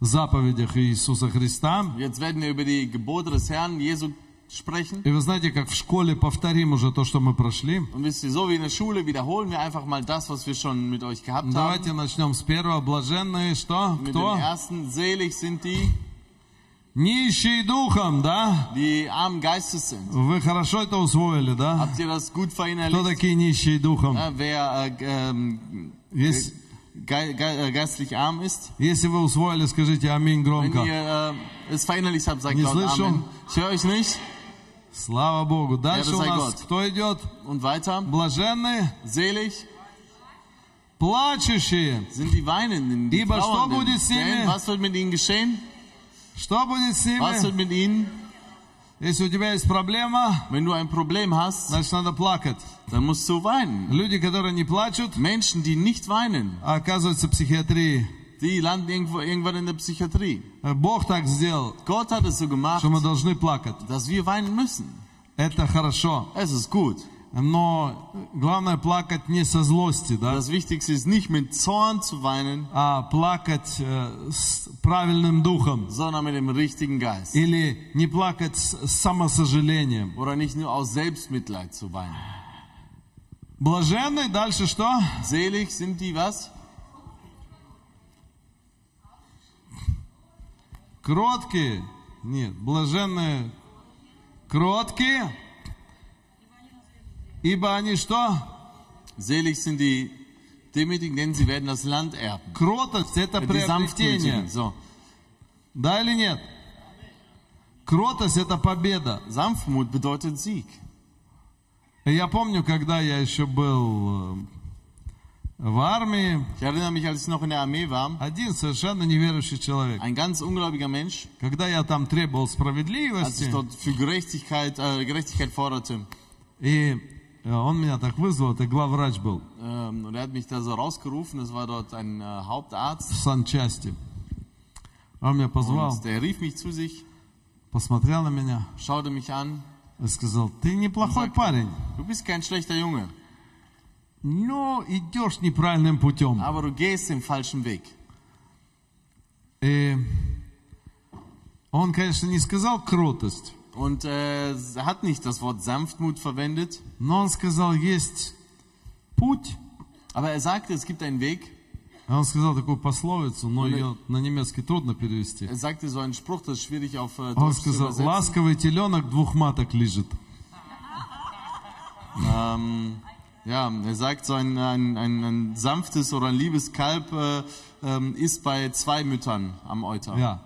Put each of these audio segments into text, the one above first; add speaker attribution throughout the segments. Speaker 1: заповедях Иисуса Христа.
Speaker 2: Jetzt werden wir über die Gebote des Herrn Jesu sprechen.
Speaker 1: И вы знаете, как в школе повторим уже то, что мы прошли.
Speaker 2: Und wisst ihr, so wie in der Schule wiederholen wir einfach mal das, was wir schon mit euch gehabt haben.
Speaker 1: Давайте начнем с первого. Блаженные что?
Speaker 2: Mit dem
Speaker 1: Кто?
Speaker 2: ersten, selig sind die,
Speaker 1: Нищие духом, да?
Speaker 2: die armen Geistes sind.
Speaker 1: Вы хорошо это усвоили, да?
Speaker 2: Habt ihr das gut
Speaker 1: Кто
Speaker 2: verinnerlicht?
Speaker 1: такие нищие духом?
Speaker 2: Ja, wer äh, ähm,
Speaker 1: Если,
Speaker 2: ge ge äh, geistlich arm ist,
Speaker 1: если вы усвоили, скажите аминь
Speaker 2: wenn
Speaker 1: громко.
Speaker 2: ihr äh, es verinnerlicht habt, sagt
Speaker 1: Nicht
Speaker 2: laut
Speaker 1: so schon.
Speaker 2: Amen. Ich höre euch nicht.
Speaker 1: Слава Богу. Дальше
Speaker 2: das
Speaker 1: у
Speaker 2: sei
Speaker 1: нас
Speaker 2: Gott.
Speaker 1: кто идет?
Speaker 2: Und weiter,
Speaker 1: Блаженные,
Speaker 2: selig
Speaker 1: плачущие.
Speaker 2: sind die Weinenden, die
Speaker 1: Ибо что
Speaker 2: Trauernden.
Speaker 1: будет с
Speaker 2: Denn
Speaker 1: ними?
Speaker 2: was wird mit ihnen geschehen?
Speaker 1: Что будет с
Speaker 2: Was wird
Speaker 1: ними?
Speaker 2: mit ihnen?
Speaker 1: Если у тебя есть проблема,
Speaker 2: Wenn du ein Problem hast,
Speaker 1: значит надо плакать.
Speaker 2: dann musst du weinen.
Speaker 1: Люди, которые не плачут,
Speaker 2: Menschen, die nicht weinen,
Speaker 1: оказываются в психиатрии.
Speaker 2: die landen irgendwo, irgendwann in der Psychiatrie.
Speaker 1: Э, Бог так сделал,
Speaker 2: Gott hat es so gemacht,
Speaker 1: что мы должны плакать.
Speaker 2: dass wir weinen müssen.
Speaker 1: Это хорошо.
Speaker 2: Es ist gut.
Speaker 1: Но главное плакать не со злости, да,
Speaker 2: Das Wichtigste ist nicht mit Zorn zu weinen,
Speaker 1: а плакать э, с правильным духом.
Speaker 2: sondern mit dem richtigen Geist.
Speaker 1: Или не плакать с самосожалением.
Speaker 2: Oder nicht nur aus Selbstmitleid zu weinen.
Speaker 1: Блаженный, дальше что?
Speaker 2: Selig sind die was?
Speaker 1: Кроткие. Нет, блаженные. Кроткие. Ибо они что?
Speaker 2: Selig sind die Demütigen, denn sie werden das Land erben.
Speaker 1: Кротость – это
Speaker 2: Die Sanftmütigen.
Speaker 1: приобретение.
Speaker 2: So.
Speaker 1: Да или нет? Кротость – это победа.
Speaker 2: Sanftmut bedeutet Sieg.
Speaker 1: Я помню, когда я еще был э, в армии,
Speaker 2: Ich erinnere mich, als ich noch in der Armee war,
Speaker 1: Один совершенно неверующий человек.
Speaker 2: ein ganz ungläubiger Mensch,
Speaker 1: Когда я там требовал
Speaker 2: als ich
Speaker 1: справедливости,
Speaker 2: dort für Gerechtigkeit, äh, Gerechtigkeit forderte,
Speaker 1: и э, он меня так вызвал, это главврач был
Speaker 2: ähm, und er hat mich da so rausgerufen, das war dort ein äh,
Speaker 1: в
Speaker 2: Hauptarzt,
Speaker 1: санчасти. Он меня позвал,
Speaker 2: und der rief mich zu sich,
Speaker 1: посмотрел на меня
Speaker 2: schaute mich an,
Speaker 1: и сказал, ты неплохой парень,
Speaker 2: du bist kein schlechter Junge,
Speaker 1: но идешь неправильным путем.
Speaker 2: aber du gehst den falschen Weg.
Speaker 1: И он, конечно, не сказал кротость,
Speaker 2: Und äh, er hat nicht das Wort Sanftmut verwendet,
Speaker 1: но он сказал, есть путь.
Speaker 2: aber er sagte, es gibt einen Weg.
Speaker 1: А Он сказал такую пословицу, но
Speaker 2: Он-
Speaker 1: ее Ну, на немецкий трудно перевести.
Speaker 2: Er sagte so einen Spruch, das ist schwierig auf
Speaker 1: Он
Speaker 2: äh, Deutsch zu
Speaker 1: сказал,
Speaker 2: übersetzen.
Speaker 1: ласковый теленок двух маток лежит.
Speaker 2: Ja, er sagt so ein, ein, ein, ein sanftes oder ein liebes Kalb äh, ähm, ist bei zwei Müttern am Euter.
Speaker 1: Я.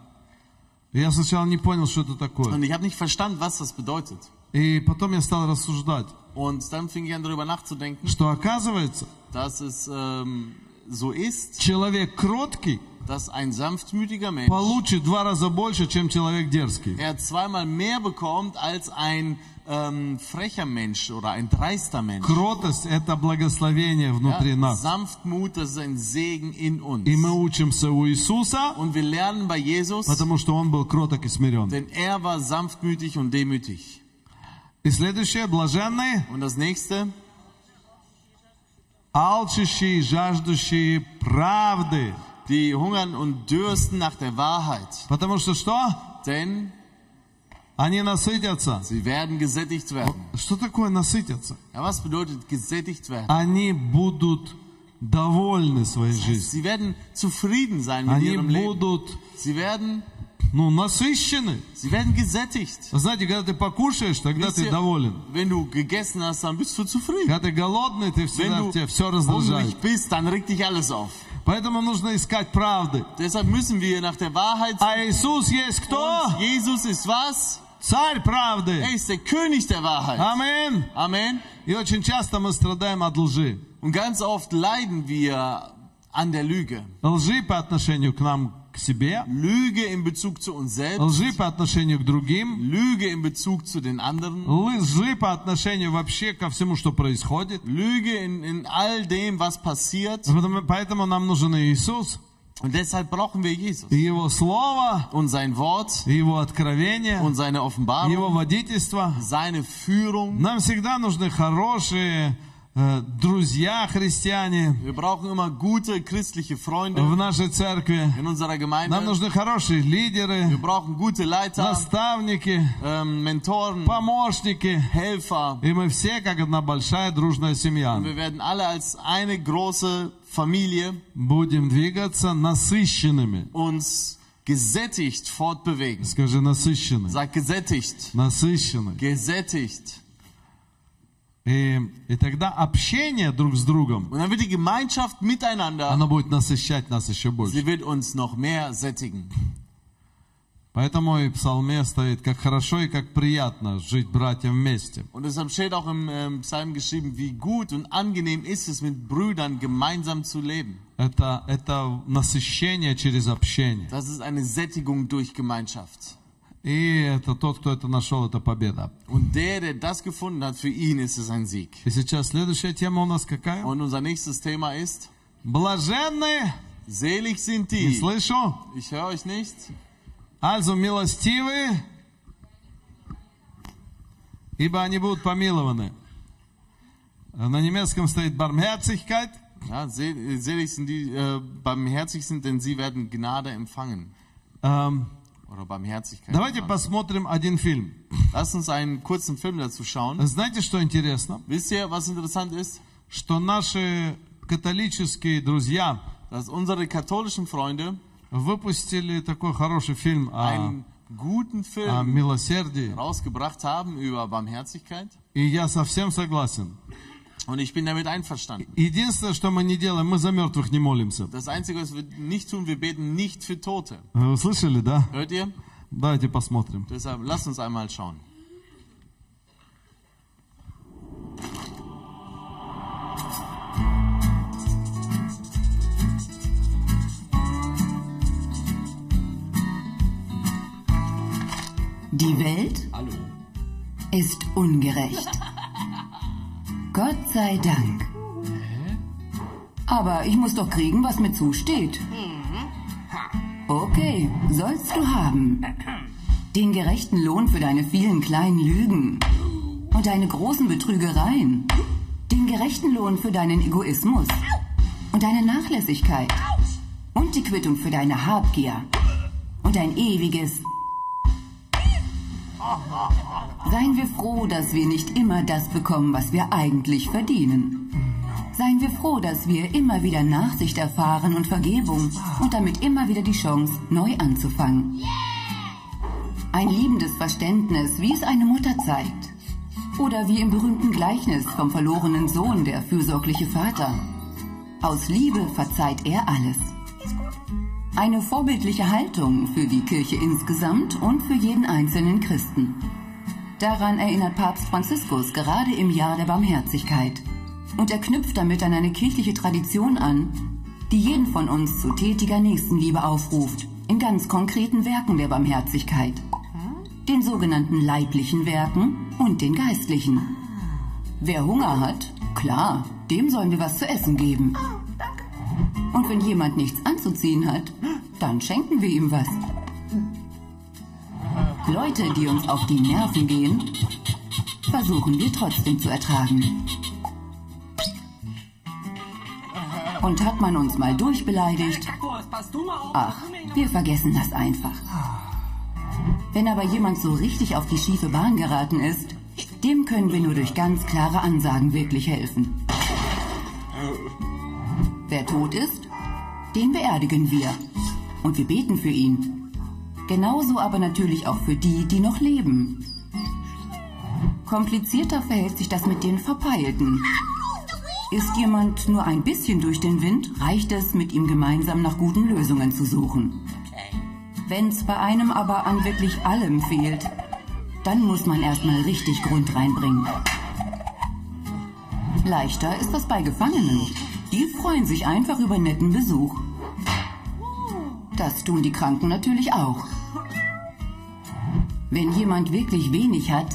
Speaker 1: Я сначала А. не понял, что это такое.
Speaker 2: Und ich habe nicht verstanden, was das bedeutet.
Speaker 1: И потом я стал рассуждать,
Speaker 2: Und dann fing ich an, darüber nachzudenken,
Speaker 1: что оказывается,
Speaker 2: dass es ähm, so ist,
Speaker 1: человек кроткий
Speaker 2: dass ein sanftmütiger Mensch
Speaker 1: получит в два раза больше, чем человек дерзкий.
Speaker 2: er zweimal mehr bekommt als ein ähm, frecher Mensch oder ein dreister Mensch.
Speaker 1: Кротость – это благословение внутри
Speaker 2: Ja,
Speaker 1: нас.
Speaker 2: Sanftmut, das ist ein Segen in uns.
Speaker 1: И мы учимся у Иисуса,
Speaker 2: Und wir lernen bei Jesus,
Speaker 1: потому что Он был кроток и смирен.
Speaker 2: denn er war sanftmütig und demütig.
Speaker 1: И следующее – блаженные,
Speaker 2: Und das nächste,
Speaker 1: алчущие и жаждущие правды.
Speaker 2: die hungern und dürsten nach der Wahrheit,
Speaker 1: Потому что что?
Speaker 2: denn
Speaker 1: Они насытятся.
Speaker 2: sie werden gesättigt werden.
Speaker 1: Что такое насытятся?
Speaker 2: Ja, was bedeutet gesättigt werden?
Speaker 1: они будут довольны своей жизнью.
Speaker 2: Sie werden zufrieden sein mit
Speaker 1: Они
Speaker 2: ihrem Leben.
Speaker 1: будут,
Speaker 2: Sie werden,
Speaker 1: ну, насыщены.
Speaker 2: sie werden gesättigt.
Speaker 1: Знаете, когда ты покушаешь, тогда
Speaker 2: Wisst
Speaker 1: ты
Speaker 2: ihr,
Speaker 1: доволен.
Speaker 2: Wenn du gegessen hast, dann bist du zufrieden.
Speaker 1: Когда ты голодный, ты
Speaker 2: Wenn
Speaker 1: всегда
Speaker 2: du
Speaker 1: тебя все
Speaker 2: hungrig
Speaker 1: раздражает.
Speaker 2: bist, dann regt dich alles auf.
Speaker 1: Поэтому нужно искать правды.
Speaker 2: Deshalb müssen wir nach der Wahrheit
Speaker 1: А Иисус есть кто?
Speaker 2: Und Jesus ist was?
Speaker 1: Царь правды.
Speaker 2: Er ist der König der Wahrheit.
Speaker 1: Амин.
Speaker 2: Amen.
Speaker 1: И очень часто мы страдаем от лжи.
Speaker 2: Und ganz oft leiden wir an der Lüge.
Speaker 1: Лжи по отношению к нам, к себе.
Speaker 2: Lüge in Bezug zu uns selbst,
Speaker 1: Лжи по отношению к другим.
Speaker 2: Lüge in Bezug zu den anderen,
Speaker 1: Лжи по отношению вообще ко всему, что происходит.
Speaker 2: Lüge in, in all dem, was passiert.
Speaker 1: Потому- Поэтому нам нужен Иисус.
Speaker 2: Und deshalb brauchen wir Jesus
Speaker 1: и Его Слово,
Speaker 2: und sein Wort
Speaker 1: и Его откровение,
Speaker 2: und seine
Speaker 1: и Его
Speaker 2: Offenbarung,
Speaker 1: водительство.
Speaker 2: seine Führung.
Speaker 1: Нам всегда нужны хорошие э, э, друзья христиане
Speaker 2: Wir brauchen immer gute christliche Freunde
Speaker 1: в нашей церкви.
Speaker 2: in unserer
Speaker 1: Нам
Speaker 2: Gemeinde.
Speaker 1: нужны хорошие
Speaker 2: Wir
Speaker 1: лидеры,
Speaker 2: brauchen gute Leiter,
Speaker 1: наставники,
Speaker 2: ähm, Mentoren,
Speaker 1: помощники.
Speaker 2: Helfer.
Speaker 1: И мы все как одна большая дружная семья.
Speaker 2: Wir werden alle als eine große Familie
Speaker 1: Будем двигаться насыщенными.
Speaker 2: uns gesättigt fortbewegen.
Speaker 1: Скажи насыщенный.
Speaker 2: Sag gesättigt.
Speaker 1: Насыщенный.
Speaker 2: Gesättigt.
Speaker 1: И, и тогда общение друг с другом,
Speaker 2: Und dann wird die Gemeinschaft miteinander,
Speaker 1: оно будет насыщать нас еще больше.
Speaker 2: sie wird uns noch mehr sättigen.
Speaker 1: Поэтому и в псалме стоит, как хорошо и как приятно жить братьям вместе.
Speaker 2: Und deshalb steht auch im ähm, Psalm geschrieben, wie gut und angenehm ist es, mit Brüdern gemeinsam zu leben.
Speaker 1: Это, это насыщение через общение.
Speaker 2: Das ist eine Sättigung durch Gemeinschaft.
Speaker 1: И это тот, кто это нашел, это победа.
Speaker 2: Und der, der das gefunden hat, für ihn ist es ein Sieg.
Speaker 1: И сейчас следующая тема у нас какая?
Speaker 2: Und unser nächstes Thema ist,
Speaker 1: Блаженные,
Speaker 2: selig sind
Speaker 1: не
Speaker 2: die.
Speaker 1: слышу,
Speaker 2: Ich höre euch nicht.
Speaker 1: also милостивые, ибо они будут помилованы. На немецком стоит barmherzigkeit,
Speaker 2: Ja, sel- selig sind die, äh, barmherzig sind, denn sie werden Gnade empfangen.
Speaker 1: Эм,
Speaker 2: Oder Barmherzigkeit.
Speaker 1: Давайте
Speaker 2: empfangen.
Speaker 1: посмотрим один фильм.
Speaker 2: Lasst uns einen kurzen Film dazu schauen.
Speaker 1: Знаете, что интересно?
Speaker 2: Wisst ihr, was interessant ist?
Speaker 1: Что наши католические друзья
Speaker 2: Dass unsere katholischen Freunde
Speaker 1: выпустили такой хороший фильм о,
Speaker 2: einen guten
Speaker 1: о
Speaker 2: Film
Speaker 1: милосердии.
Speaker 2: rausgebracht haben über Barmherzigkeit.
Speaker 1: И я совсем согласен.
Speaker 2: Und ich bin damit einverstanden.
Speaker 1: Единственное, что мы не делаем, мы за мертвых не молимся.
Speaker 2: Das Einzige, was wir nicht tun, wir beten nicht für Tote.
Speaker 1: Вы услышали, да?
Speaker 2: Hört ihr?
Speaker 1: Давайте посмотрим.
Speaker 2: Deshalb lasst uns einmal schauen.
Speaker 3: Die Welt ist ungerecht. Gott sei Dank. Aber ich muss doch kriegen, was mir zusteht. Okay, sollst du haben. Den gerechten Lohn für deine vielen kleinen Lügen und deine großen Betrügereien. Den gerechten Lohn für deinen Egoismus und deine Nachlässigkeit. Und die Quittung für deine Habgier und dein ewiges Seien wir froh, dass wir nicht immer das bekommen, was wir eigentlich verdienen. Seien wir froh, dass wir immer wieder Nachsicht erfahren und Vergebung und damit immer wieder die Chance, neu anzufangen. Ein liebendes Verständnis, wie es eine Mutter zeigt. Oder wie im berühmten Gleichnis vom verlorenen Sohn, der fürsorgliche Vater. Aus Liebe verzeiht er alles. Eine vorbildliche Haltung für die Kirche insgesamt und für jeden einzelnen Christen. Daran erinnert Papst Franziskus gerade im Jahr der Barmherzigkeit. Und er knüpft damit an eine kirchliche Tradition an, die jeden von uns zu tätiger Nächstenliebe aufruft, in ganz konkreten Werken der Barmherzigkeit. Den sogenannten leiblichen Werken und den geistlichen. Wer Hunger hat, klar, dem sollen wir was zu essen geben. Und wenn jemand nichts anzuziehen hat, dann schenken wir ihm was. Leute, die uns auf die Nerven gehen, versuchen wir trotzdem zu ertragen. Und hat man uns mal durchbeleidigt, ach, wir vergessen das einfach. Wenn aber jemand so richtig auf die schiefe Bahn geraten ist, dem können wir nur durch ganz klare Ansagen wirklich helfen. Wer tot ist, den beerdigen wir. Und wir beten für ihn. Genauso aber natürlich auch für die, die noch leben. Komplizierter verhält sich das mit den Verpeilten. Ist jemand nur ein bisschen durch den Wind, reicht es, mit ihm gemeinsam nach guten Lösungen zu suchen. Wenn's bei einem aber an wirklich allem fehlt, dann muss man erstmal richtig Grund reinbringen. Leichter ist das bei Gefangenen. Die freuen sich einfach über netten Besuch. Das tun die Kranken natürlich auch. Wenn jemand wirklich wenig hat,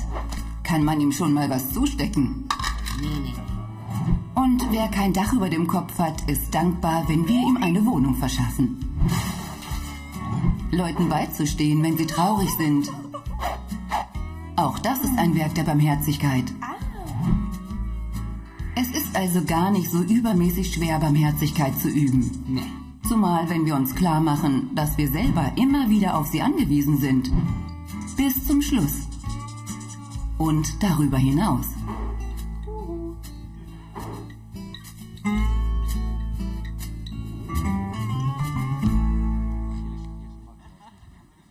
Speaker 3: kann man ihm schon mal was zustecken. Und wer kein Dach über dem Kopf hat, ist dankbar, wenn wir ihm eine Wohnung verschaffen. Leuten beizustehen, wenn sie traurig sind. Auch das ist ein Werk der Barmherzigkeit. Es ist ist also gar nicht so übermäßig schwer, Barmherzigkeit zu üben.
Speaker 4: Nee.
Speaker 3: Zumal, wenn wir uns klar machen, dass wir selber immer wieder auf sie angewiesen sind. Bis zum Schluss. Und darüber hinaus.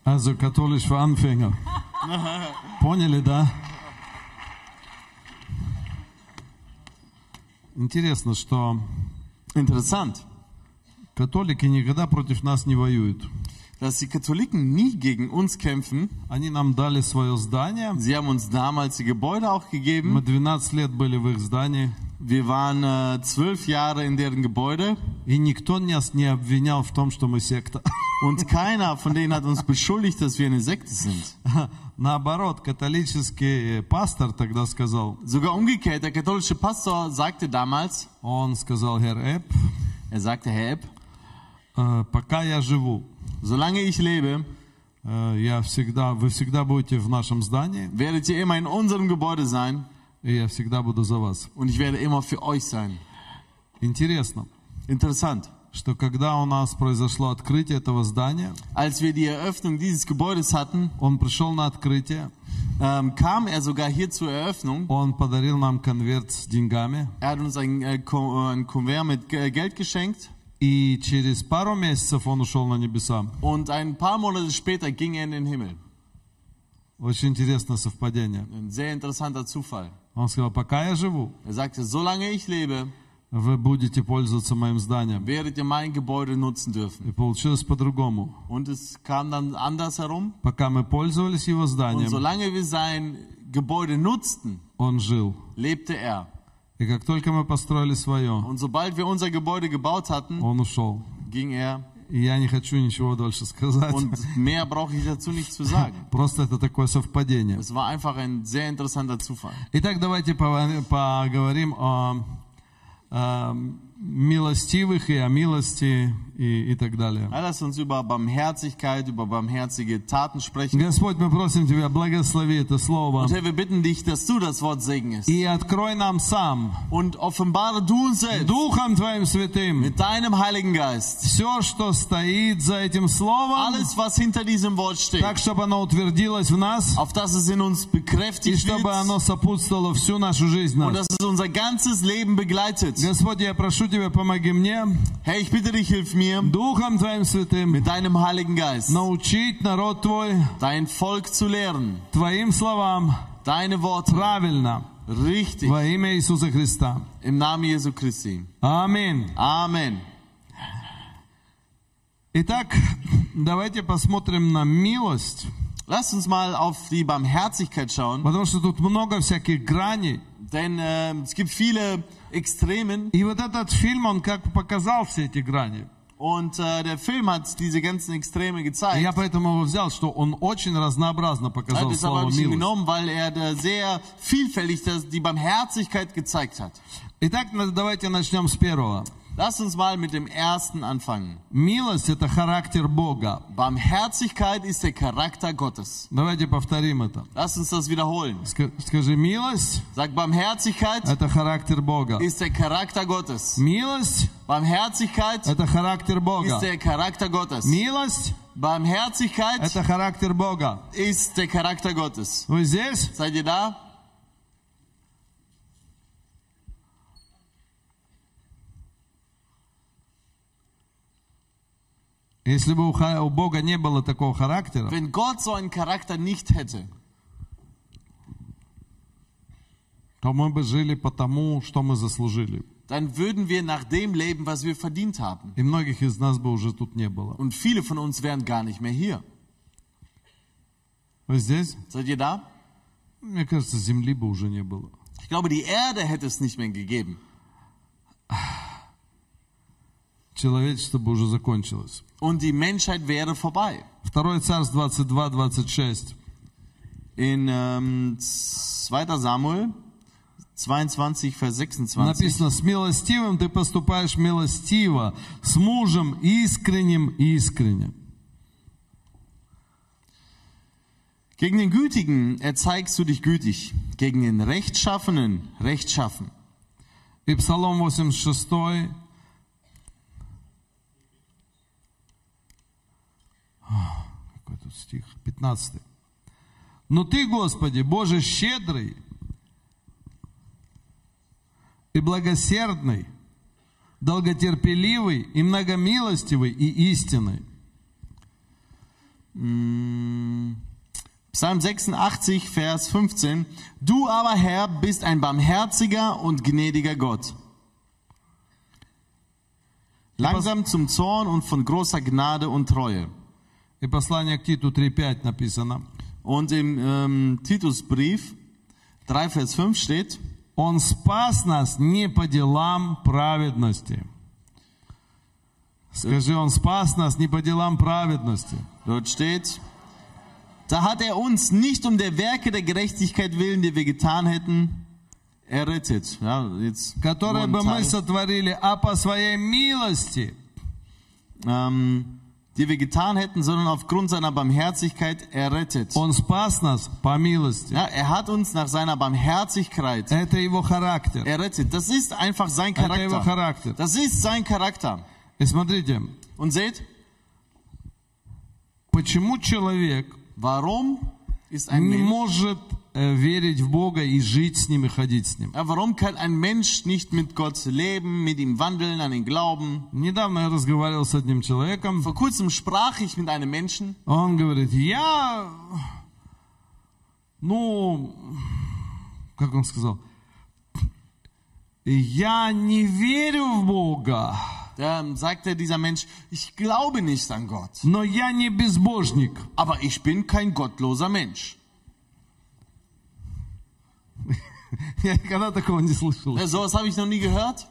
Speaker 1: Also katholisch für Anfänger. Поняли, да? Интересно, что
Speaker 2: Interessant,
Speaker 1: католики никогда против нас не воюют.
Speaker 2: dass die Katholiken nie gegen uns kämpfen.
Speaker 1: Они нам дали свое здание.
Speaker 2: Sie haben uns damals die Gebäude auch
Speaker 1: Мы
Speaker 2: gegeben.
Speaker 1: 12 лет были в их здании.
Speaker 2: Wir waren äh, zwölf Jahre in deren Gebäude
Speaker 1: И никто нас не обвинял в том, что мы секта.
Speaker 2: und keiner von denen hat uns beschuldigt, dass wir eine Sekte sind.
Speaker 1: Наоборот, католический пастор тогда сказал,
Speaker 2: Sogar umgekehrt, der katholische Pastor sagte damals,
Speaker 1: он сказал, Herr Эп,
Speaker 2: er sagte, Herr Epp,
Speaker 1: э, пока я живу,
Speaker 2: solange ich lebe,
Speaker 1: э, я всегда, вы всегда будете в нашем здании,
Speaker 2: werdet ihr immer in unserem Gebäude sein
Speaker 1: и я всегда буду за вас.
Speaker 2: und ich werde immer für euch sein.
Speaker 1: Интересно,
Speaker 2: Interessant.
Speaker 1: что когда у нас произошло открытие этого здания,
Speaker 2: Als wir die Eröffnung dieses Gebäudes hatten,
Speaker 1: он пришел на открытие,
Speaker 2: ähm, kam er sogar hier zur Eröffnung.
Speaker 1: он подарил нам конверт с деньgами,
Speaker 2: Er hat uns ein, äh, Ko- äh, ein Kuvert mit Ge- Geld geschenkt
Speaker 1: и через пару месяцев он ушел на небеса.
Speaker 2: und ein paar Monate später ging er in den Himmel.
Speaker 1: Очень интересное совпадение.
Speaker 2: Ein sehr interessanter Zufall.
Speaker 1: Он сказал, пока я живу,
Speaker 2: Er sagte, solange ich lebe,
Speaker 1: вы будете пользоваться моим зданием.
Speaker 2: werdet ihr mein Gebäude nutzen dürfen.
Speaker 1: И получилось по-другому.
Speaker 2: Und es kam dann anders herum.
Speaker 1: Пока мы пользовались его
Speaker 2: Und
Speaker 1: зданием,
Speaker 2: solange wir sein Gebäude nutzten,
Speaker 1: он жил.
Speaker 2: lebte er.
Speaker 1: И как только мы построили свое,
Speaker 2: Und sobald wir unser Gebäude gebaut hatten,
Speaker 1: он ушел.
Speaker 2: ging er.
Speaker 1: И я не хочу ничего дольше сказать.
Speaker 2: Und mehr brauche ich dazu nicht zu sagen.
Speaker 1: Просто это такое совпадение.
Speaker 2: Es war einfach ein sehr interessanter Zufall.
Speaker 1: Итак, давайте пова- поговорим о, о милостивых и о милости и, и так далее.
Speaker 2: Ja, lass uns über Barmherzigkeit, über barmherzige Taten sprechen.
Speaker 1: Господь, мы просим Тебя, благослови это слово
Speaker 2: Und Herr, wir bitten dich, dass du das Wort segnest.
Speaker 1: и открой нам сам,
Speaker 2: Und offenbare du uns selbst
Speaker 1: Духом Твоим Святым,
Speaker 2: mit deinem Heiligen Geist
Speaker 1: все, что stoит за этим словом,
Speaker 2: alles, was hinter diesem Wort steht,
Speaker 1: так, чтобы оно утвердилось в нас
Speaker 2: auf dass es in uns
Speaker 1: и
Speaker 2: bekräftigt
Speaker 1: чтобы оно
Speaker 2: wird
Speaker 1: сопутствовало всю нашу жизнь.
Speaker 2: und
Speaker 1: Нас.
Speaker 2: dass es unser ganzes Leben begleitet.
Speaker 1: Господь, я прошу Тебя, помоги мне,
Speaker 2: Herr, ich bitte dich, hilf mir,
Speaker 1: Духом Твоим Святым,
Speaker 2: mit deinem Heiligen Geist
Speaker 1: научить народ Твой
Speaker 2: dein Volk zu lehren,
Speaker 1: Твоим словам
Speaker 2: deine Worte
Speaker 1: правильно
Speaker 2: richtig
Speaker 1: во имя Иисуса Христа.
Speaker 2: im Namen Jesu Christi.
Speaker 1: Аминь.
Speaker 2: Amen.
Speaker 1: Итак, давайте посмотрим на милость,
Speaker 2: Lass uns mal auf die Barmherzigkeit schauen,
Speaker 1: потому что тут много всяких граней.
Speaker 2: denn äh, es gibt viele Extremen
Speaker 1: И вот этот фильм, он как показал все эти грани.
Speaker 2: und äh, der Film hat diese ganzen Extreme
Speaker 1: И я
Speaker 2: gezeigt.
Speaker 1: поэтому его взял, что он очень разнообразно
Speaker 2: Ja,
Speaker 1: показал
Speaker 2: deshalb
Speaker 1: слово
Speaker 2: habe ich ihn
Speaker 1: милость.
Speaker 2: genommen, weil er da sehr vielfältig das, die Barmherzigkeit gezeigt hat.
Speaker 1: Итак, на- давайте начнем с первого.
Speaker 2: Lass uns mal mit dem ersten anfangen.
Speaker 1: Милость – это характер Бога.
Speaker 2: Barmherzigkeit ist der Charakter Gottes.
Speaker 1: Давайте повторим это.
Speaker 2: Lass uns das wiederholen.
Speaker 1: Ска- Скажи, милость
Speaker 2: Sag,
Speaker 1: –
Speaker 2: Barmherzigkeit
Speaker 1: это характер Бога.
Speaker 2: ist der Charakter Gottes.
Speaker 1: Милость –
Speaker 2: Barmherzigkeit
Speaker 1: это характер Бога.
Speaker 2: ist der Charakter Gottes.
Speaker 1: Милость –
Speaker 2: Barmherzigkeit
Speaker 1: это характер Бога.
Speaker 2: ist der Charakter Gottes.
Speaker 1: Вы здесь?
Speaker 2: Seid ihr da?
Speaker 1: Если бы у, ха- у Бога не было такого характера,
Speaker 2: Wenn Gott so einen Charakter nicht hätte,
Speaker 1: то мы бы жили по тому, что мы заслужили.
Speaker 2: dann würden wir nach dem leben, was wir verdient haben.
Speaker 1: И многих из нас бы уже тут не было.
Speaker 2: Und viele von uns wären gar nicht mehr hier.
Speaker 1: Вы здесь?
Speaker 2: Seid ihr da?
Speaker 1: Мне кажется, земли бы уже не было.
Speaker 2: Ich glaube, die Erde hätte es nicht mehr gegeben.
Speaker 1: Человечество бы уже закончилось.
Speaker 2: Und die Menschheit wäre vorbei.
Speaker 1: Второе царство 22, 26.
Speaker 2: In ähm, 2. Samuel 22, Vers 26.
Speaker 1: Написано, с милостивым ты поступаешь милостиво, с мужем искренним искренне.
Speaker 2: Gegen den Gütigen erzeigst du dich gütig, gegen den Rechtschaffenen rechtschaffen.
Speaker 1: И Псалом 86, Ах, А, какой тут стих, 15. Но Ты, Господи, Боже щедрый и благосердный, долготерпеливый и многомилостивый и истинный.
Speaker 2: Psalm 86, Vers 15. Du aber, Herr, bist ein barmherziger und gnädiger Gott. Langsam zum Zorn und von großer Gnade und Treue.
Speaker 1: И послание к Титу 3.5 написано.
Speaker 2: Und im ähm, Titusbrief 3, Vers 5 steht,
Speaker 1: Он спас нас не по делам праведности. Скажи, Он спас нас не по делам праведности.
Speaker 2: dort steht, da hat er uns nicht um der Werke der Gerechtigkeit willen, die wir getan hätten, errettet. Ja, jetzt
Speaker 1: которые
Speaker 2: nur
Speaker 1: бы
Speaker 2: ein
Speaker 1: мы
Speaker 2: Teil.
Speaker 1: сотворили, а по своей милости.
Speaker 2: ähm, die wir getan hätten, sondern aufgrund seiner Barmherzigkeit errettet.
Speaker 1: Он спас нас по милости.
Speaker 2: Ja, er hat uns nach seiner Barmherzigkeit
Speaker 1: Это его характер.
Speaker 2: errettet. Das ist einfach sein
Speaker 1: Это его
Speaker 2: Charakter.
Speaker 1: характер.
Speaker 2: Das ist sein Charakter.
Speaker 1: И смотрите,
Speaker 2: Und seht,
Speaker 1: почему человек
Speaker 2: warum ist ein
Speaker 1: не
Speaker 2: Mensch,
Speaker 1: может э, верить в Бога и жить с Ним и ходить с Ним?
Speaker 2: ja, warum kann ein Mensch nicht mit Gott leben, mit ihm wandeln, an ihn glauben?
Speaker 1: Недавно я разговаривал с одним человеком.
Speaker 2: Vor kurzem sprach ich mit einem Menschen,
Speaker 1: Он говорит, я, ну, как он сказал, я не верю в Бога,
Speaker 2: da ähm, sagte dieser Mensch, ich glaube nicht an Gott,
Speaker 1: но я не безбожник.
Speaker 2: aber ich bin kein gottloser Mensch.
Speaker 1: Я никогда такого не слышал.
Speaker 2: Ja, Äh, sowas habe ich noch nie gehört.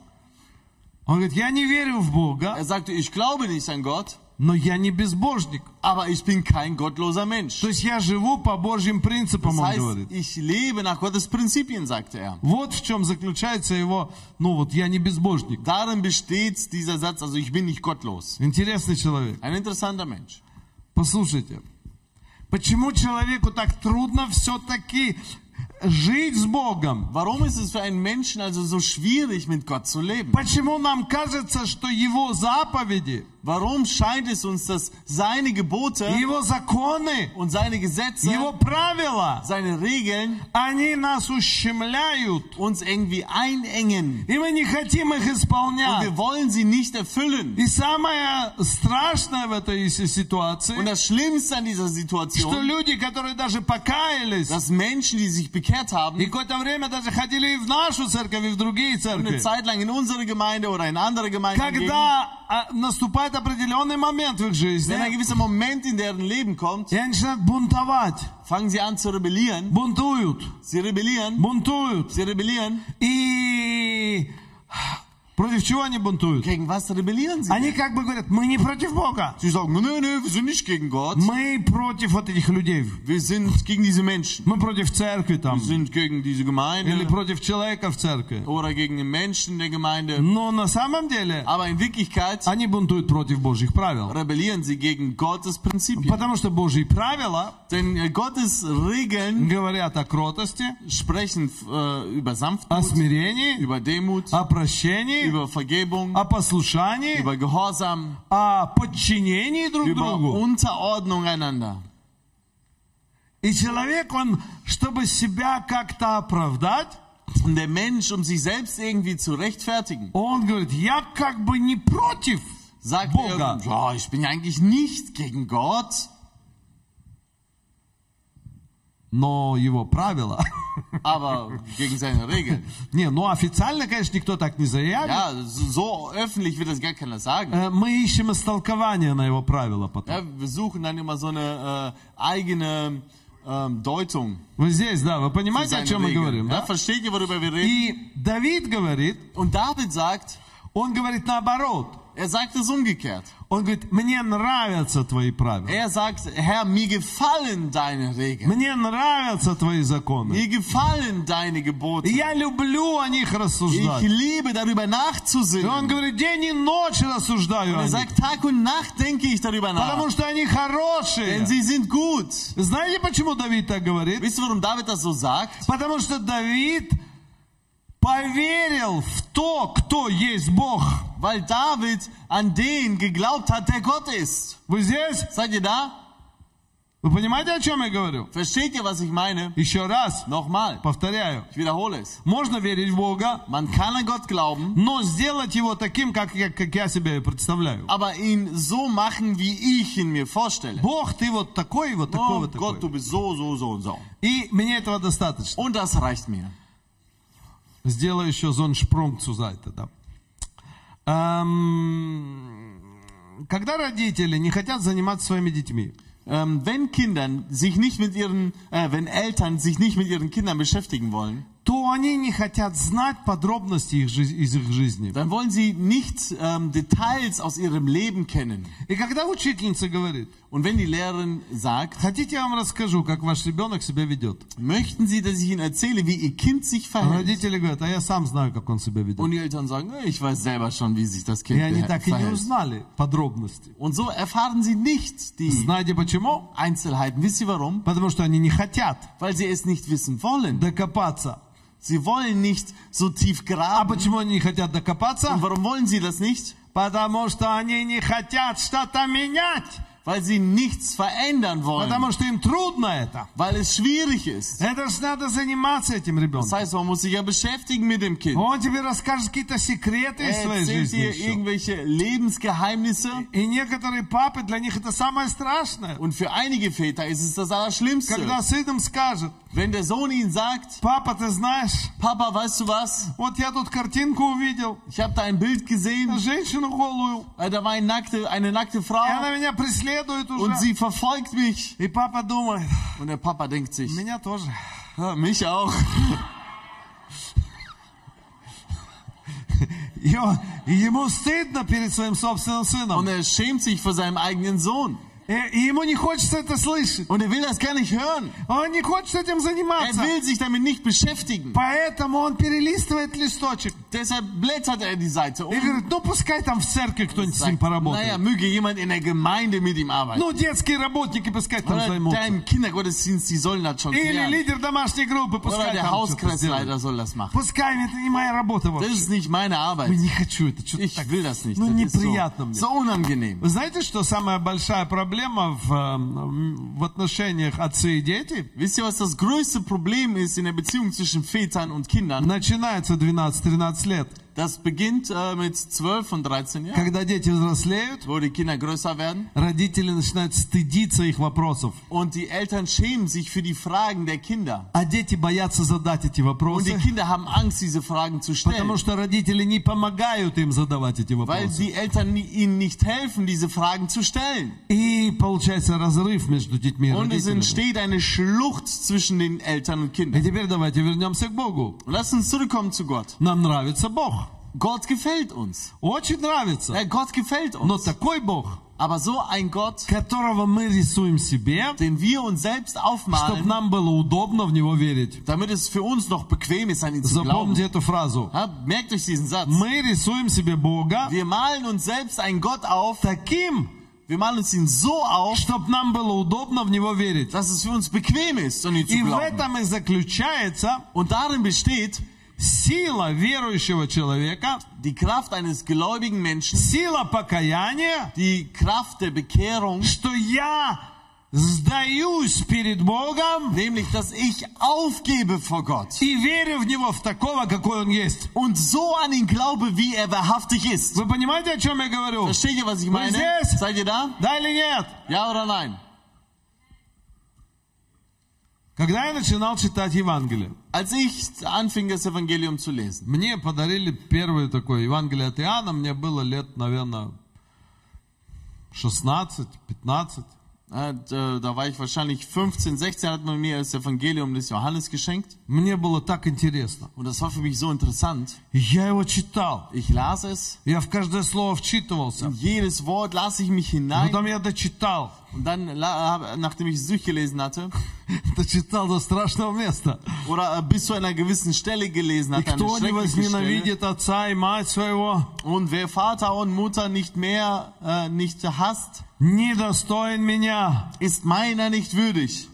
Speaker 1: Он говорит, я не верю в Бога,
Speaker 2: Er sagte, ich glaube nicht an Gott,
Speaker 1: но я не безбожник.
Speaker 2: aber ich bin kein gottloser Mensch.
Speaker 1: То есть я живу по Божьим принципам,
Speaker 2: Das
Speaker 1: он
Speaker 2: heißt,
Speaker 1: говорит.
Speaker 2: ich lebe nach Gottes Prinzipien, sagte er.
Speaker 1: Вот в чем заключается его, ну вот, я не безбожник.
Speaker 2: Darin besteht dieser Satz, also ich bin nicht gottlos.
Speaker 1: Интересный человек.
Speaker 2: Ein interessanter Mensch.
Speaker 1: Послушайте, почему человеку так трудно все-таки жить с Богом?
Speaker 2: Warum ist es für einen Menschen also so schwierig, mit Gott zu leben?
Speaker 1: Почему нам кажется, что его заповеди,
Speaker 2: Warum scheint es uns, dass seine Gebote
Speaker 1: его законы,
Speaker 2: und seine Gesetze,
Speaker 1: его правила,
Speaker 2: seine Regeln
Speaker 1: они нас ущемляют,
Speaker 2: uns irgendwie einengen?
Speaker 1: и мы не хотим их
Speaker 2: Und
Speaker 1: исполнять?
Speaker 2: wir wollen sie nicht erfüllen.
Speaker 1: И самое страшное в этой си-
Speaker 2: Und
Speaker 1: ситуации,
Speaker 2: das Schlimmste an dieser
Speaker 1: что
Speaker 2: Situation,
Speaker 1: люди, которые даже покаялись,
Speaker 2: dass Menschen, die sich bekehrt haben,
Speaker 1: и какое-то время даже ходили и в нашу церковь, и в другие
Speaker 2: eine
Speaker 1: церкви,
Speaker 2: Zeit lang in unsere Gemeinde oder in andere Gemeinden gehen, wenn
Speaker 1: когда а, наступает определенный момент в их
Speaker 2: ein
Speaker 1: жизни,
Speaker 2: gewisser Moment in deren Leben kommt,
Speaker 1: и они начинают бунтовать,
Speaker 2: fangen sie an zu rebellieren.
Speaker 1: бунтуют,
Speaker 2: Sie rebellieren,
Speaker 1: бунтуют.
Speaker 2: sie rebellieren.
Speaker 1: И против чего они бунтуют?
Speaker 2: Gegen was rebellieren sie?
Speaker 1: Они как бы говорят, мы не против Бога,
Speaker 2: Sie sagen, nö, nö, wir sind nicht gegen Gott.
Speaker 1: мы против вот этих людей,
Speaker 2: Wir sind gegen diese Menschen.
Speaker 1: мы против церкви там,
Speaker 2: Wir sind gegen diese
Speaker 1: или
Speaker 2: Gemeinde
Speaker 1: против человека в церкви.
Speaker 2: oder gegen den Menschen der Gemeinde.
Speaker 1: Но на самом деле
Speaker 2: Aber in Wirklichkeit
Speaker 1: они бунтуют против Божьих правил.
Speaker 2: rebellieren sie gegen Gottes Prinzipien.
Speaker 1: Потому что Божьи правила
Speaker 2: Denn äh, Gottes Regeln
Speaker 1: говорят о кротости,
Speaker 2: sprechen äh, über
Speaker 1: о
Speaker 2: Sanftmut,
Speaker 1: смирении,
Speaker 2: über Demut,
Speaker 1: о прощении,
Speaker 2: über Vergebung,
Speaker 1: о послушании,
Speaker 2: über Gehorsam,
Speaker 1: о подчинении друг
Speaker 2: über
Speaker 1: другу.
Speaker 2: Unterordnung einander.
Speaker 1: И человек, он, чтобы себя как-то opravdать,
Speaker 2: Und der Mensch, um sich selbst irgendwie zu rechtfertigen,
Speaker 1: он говорит, я как бы не против
Speaker 2: sagt
Speaker 1: Boga.
Speaker 2: er, ja, ich bin ja eigentlich nicht gegen Gott,
Speaker 1: Но его правила...
Speaker 2: aber gegen seine Regeln.
Speaker 1: Не, ну официально, конечно, никто так не заявит.
Speaker 2: Ja, so so öffentlich wird das gar keiner sagen.
Speaker 1: Э, Мы ищем истолкование на его правила потом.
Speaker 2: Ja, wir suchen dann immer so eine äh, eigene ähm, Deutung.
Speaker 1: Вы здесь, да, вы
Speaker 2: für
Speaker 1: понимаете, о
Speaker 2: seine
Speaker 1: чем мы
Speaker 2: Regeln.
Speaker 1: говорим,
Speaker 2: Ja,
Speaker 1: да?
Speaker 2: versteht ihr, worüber wir reden?
Speaker 1: И Давид говорит,
Speaker 2: Und David sagt,
Speaker 1: он говорит наоборот.
Speaker 2: er sagt es umgekehrt.
Speaker 1: Он говорит, мне нравятся твои правила.
Speaker 2: Er sagt, Herr, mir gefallen deine Regeln.
Speaker 1: Мне нравятся твои законы.
Speaker 2: Mir gefallen deine Gebote.
Speaker 1: И я люблю о них
Speaker 2: Ich
Speaker 1: рассуждать.
Speaker 2: liebe darüber
Speaker 1: И он
Speaker 2: nachzusinnen.
Speaker 1: говорит, день и ночь рассуждаю о
Speaker 2: Er
Speaker 1: них,
Speaker 2: sagt, Tag und Nacht denke ich darüber
Speaker 1: потому
Speaker 2: nach.
Speaker 1: что они
Speaker 2: Denn
Speaker 1: хорошие.
Speaker 2: sie sind gut.
Speaker 1: Знаете, почему Давид так говорит?
Speaker 2: Wisst ihr, warum David das so sagt?
Speaker 1: Потому что Давид поверил в то, кто есть Бог.
Speaker 2: Weil David an den geglaubt hat, der Gott ist.
Speaker 1: Вы здесь?
Speaker 2: Seid ihr da?
Speaker 1: Вы понимаете, о чем я говорю?
Speaker 2: Versteht ihr, was ich meine?
Speaker 1: Еще раз
Speaker 2: Nochmal,
Speaker 1: повторяю.
Speaker 2: ich wiederhole es.
Speaker 1: Можно верить в Бога,
Speaker 2: Man kann an Gott glauben,
Speaker 1: но сделать его таким, как я, как я себе представляю.
Speaker 2: aber ihn so machen, wie ich ihn mir vorstelle.
Speaker 1: Бог, ты вот такой, и вот такой,
Speaker 2: Oh
Speaker 1: вот
Speaker 2: Gott, du
Speaker 1: такой.
Speaker 2: bist so, so, so und so.
Speaker 1: И мне этого достаточно.
Speaker 2: Und das reicht mir.
Speaker 1: Сделаю еще зоншпрунг Сузайта, да. Эм, когда родители не хотят заниматься своими детьми,
Speaker 2: Ähm, wenn Kindern sich nicht mit ihren, äh, wenn Eltern sich nicht mit ihren Kindern beschäftigen wollen,
Speaker 1: то они не хотят знать подробности их жиз- из их жизни.
Speaker 2: dann wollen sie nicht ähm, Details aus ihrem Leben kennen.
Speaker 1: И когда учительница говорит,
Speaker 2: Und wenn die Lehrerin sagt,
Speaker 1: хотите, я вам расскажу, как ваш ребенок себя А ведет.
Speaker 2: möchten Sie, dass ich Ihnen erzähle, wie Ihr Kind sich
Speaker 1: А
Speaker 2: verhält?
Speaker 1: родители говорят, а я сам знаю, как он себя
Speaker 2: Und
Speaker 1: ведет.
Speaker 2: die Eltern sagen, "Äh, ich weiß selber schon, wie sich das
Speaker 1: И
Speaker 2: Kind
Speaker 1: они
Speaker 2: verhält.
Speaker 1: так и не узнали подробности.
Speaker 2: Und so erfahren sie nicht die
Speaker 1: Знаете почему?
Speaker 2: Einzelheiten. Wisst ihr warum?
Speaker 1: Потому что они не хотят
Speaker 2: Weil sie es nicht wissen wollen.
Speaker 1: докопаться.
Speaker 2: Sie wollen nicht so tief
Speaker 1: А
Speaker 2: graben.
Speaker 1: почему они не хотят докопаться?
Speaker 2: Und warum wollen sie das nicht?
Speaker 1: Потому что они не хотят что-то менять.
Speaker 2: Weil sie nichts verändern wollen.
Speaker 1: Потому что им трудно это.
Speaker 2: Weil es schwierig ist.
Speaker 1: Это ж надо заниматься этим
Speaker 2: Das
Speaker 1: ребенком.
Speaker 2: heißt, man muss sich ja beschäftigen mit dem Kind.
Speaker 1: Он тебе расскажет какие-то секреты из
Speaker 2: Er
Speaker 1: своей
Speaker 2: erzählt
Speaker 1: жизни.
Speaker 2: ihr
Speaker 1: еще.
Speaker 2: irgendwelche Lebensgeheimnisse.
Speaker 1: И некоторые папы, для них это самое страшное.
Speaker 2: Und für einige Väter ist es das
Speaker 1: Когда
Speaker 2: Allerschlimmste.
Speaker 1: сыном скажет,
Speaker 2: Wenn der Sohn ihnen sagt,
Speaker 1: папа, ты знаешь,
Speaker 2: Papa, weißt du was?
Speaker 1: вот я тут картинку увидел,
Speaker 2: Ich habe da ein Bild gesehen.
Speaker 1: женщину голую,
Speaker 2: Äh, Da war eine nackte, eine nackte
Speaker 1: и
Speaker 2: Frau.
Speaker 1: она меня преследует
Speaker 2: Und
Speaker 1: уже.
Speaker 2: sie verfolgt mich.
Speaker 1: И папа думает,
Speaker 2: Und der Papa denkt sich,
Speaker 1: меня тоже.
Speaker 2: "Ja, mich auch.
Speaker 1: И он- и ему стыдно перед своим собственным сыном.
Speaker 2: Und er schämt sich vor seinem eigenen Sohn.
Speaker 1: И и ему не хочется это слышать.
Speaker 2: Und er will das gar nicht hören.
Speaker 1: Он не хочет этим
Speaker 2: Er
Speaker 1: заниматься.
Speaker 2: will sich damit nicht beschäftigen.
Speaker 1: Поэтому он перелистывает листочек
Speaker 2: Deshalb blättert er die Seite
Speaker 1: и
Speaker 2: um.
Speaker 1: говорит, ну пускай там в церкви кто-нибудь с ним
Speaker 2: Sagt, naja,
Speaker 1: поработает.
Speaker 2: möge jemand in der Gemeinde mit ihm arbeiten.
Speaker 1: Ну, детские работники пускай там
Speaker 2: Oder
Speaker 1: займутся.
Speaker 2: dein Kindergottesdienst, die sollen das schon
Speaker 1: Или
Speaker 2: klären.
Speaker 1: лидер домашней группы
Speaker 2: Oder
Speaker 1: пускай
Speaker 2: der
Speaker 1: там что-то
Speaker 2: Hauskreisleiter
Speaker 1: сделает.
Speaker 2: soll das machen.
Speaker 1: Пускай, это не моя работа
Speaker 2: Das
Speaker 1: вообще.
Speaker 2: ist nicht meine
Speaker 1: Ну,
Speaker 2: Arbeit.
Speaker 1: не хочу это, что-то так.
Speaker 2: Ich will das nicht.
Speaker 1: Ну,
Speaker 2: Das ist
Speaker 1: неприятно
Speaker 2: so,
Speaker 1: мне.
Speaker 2: so unangenehm.
Speaker 1: Вы знаете, что самая большая проблема в, эм, в отношениях отцы и дети
Speaker 2: Wisst ihr, was das größte Problem ist in der Beziehung zwischen Vätern und Kindern?
Speaker 1: начинается 12-13 лет,
Speaker 2: Das beginnt äh, mit 12 und 13 Jahren,
Speaker 1: когда дети взрослеют,
Speaker 2: wo die Kinder größer werden.
Speaker 1: родители начинают стыдиться их вопросов,
Speaker 2: Und die Eltern schämen sich für die Fragen der Kinder.
Speaker 1: а дети боятся задать эти
Speaker 2: Und die
Speaker 1: вопросы,
Speaker 2: Kinder haben Angst, diese Fragen zu stellen,
Speaker 1: потому что родители не помогают им задавать эти
Speaker 2: weil
Speaker 1: вопросы.
Speaker 2: die Eltern ni- ihnen nicht helfen, diese Fragen zu stellen.
Speaker 1: И получается разрыв между детьми и
Speaker 2: Und es
Speaker 1: родителями.
Speaker 2: entsteht eine Schlucht zwischen den Eltern und
Speaker 1: И
Speaker 2: Kindern.
Speaker 1: теперь давайте вернемся к Богу.
Speaker 2: Und lass uns zurückkommen zu Gott.
Speaker 1: Нам нравится Бог.
Speaker 2: Gott gefällt uns.
Speaker 1: Очень нравится.
Speaker 2: Ja, Gott gefällt
Speaker 1: Но
Speaker 2: uns.
Speaker 1: такой Бог,
Speaker 2: Aber so ein Gott,
Speaker 1: которого мы рисуем себе,
Speaker 2: den wir uns selbst
Speaker 1: чтобы
Speaker 2: aufmalen,
Speaker 1: нам было удобно в него верить.
Speaker 2: damit es für uns noch bequem ist, an ihn zu glauben.
Speaker 1: Запомните эту фразу.
Speaker 2: Ja, merkt euch diesen Satz.
Speaker 1: Мы рисуем себе Бога
Speaker 2: Wir malen uns selbst einen Gott auf.
Speaker 1: таким,
Speaker 2: Wir malen uns ihn so auf,
Speaker 1: чтобы нам было удобно в него верить.
Speaker 2: dass es für uns bequem ist, an ihn zu
Speaker 1: И в
Speaker 2: glauben.
Speaker 1: этом и заключается
Speaker 2: Und darin besteht
Speaker 1: сила верующего человека,
Speaker 2: die Kraft eines gläubigen Menschen,
Speaker 1: сила покаяния,
Speaker 2: die Kraft der Bekehrung,
Speaker 1: что я сдаюсь перед Богом
Speaker 2: nämlich, dass ich aufgebe vor Gott
Speaker 1: и верю в Него в такого, какой Он есть.
Speaker 2: und so an ihn glaube, wie er wahrhaftig ist.
Speaker 1: Вы понимаете, о чем я говорю?
Speaker 2: Versteht ihr, was ich meine?
Speaker 1: Yes.
Speaker 2: Seid ihr da?
Speaker 1: Да или нет?
Speaker 2: Ja oder nein?
Speaker 1: Когда я начинал читать Евангелие,
Speaker 2: Als ich anfing, das Evangelium zu lesen,
Speaker 1: Мне подарили первое такое Евангелие от Иоанна, мне было лет, наверное, 16-15.
Speaker 2: äh, d- da war ich wahrscheinlich 15, 16, hat man mir das Evangelium des Johannes geschenkt.
Speaker 1: Мне было так интересно.
Speaker 2: Und das war für mich so interessant.
Speaker 1: И Я его читал.
Speaker 2: Ich las es,
Speaker 1: Я в каждое слово вчитывался. А
Speaker 2: jedes Wort las ich mich hinein.
Speaker 1: Потом я дочитал.
Speaker 2: Und dann, la- hab- nachdem ich es durchgelesen hatte,
Speaker 1: Дочитал до страшного места.
Speaker 2: oder äh, bis zu einer gewissen Stelle gelesen
Speaker 1: И
Speaker 2: hat, eine
Speaker 1: кто не
Speaker 2: schreckliche Stelle.
Speaker 1: возненавидит отца и мать своего,
Speaker 2: Und wer Vater und Mutter nicht mehr, äh, nicht hasst,
Speaker 1: не достоин меня.
Speaker 2: ist meiner nicht würdig.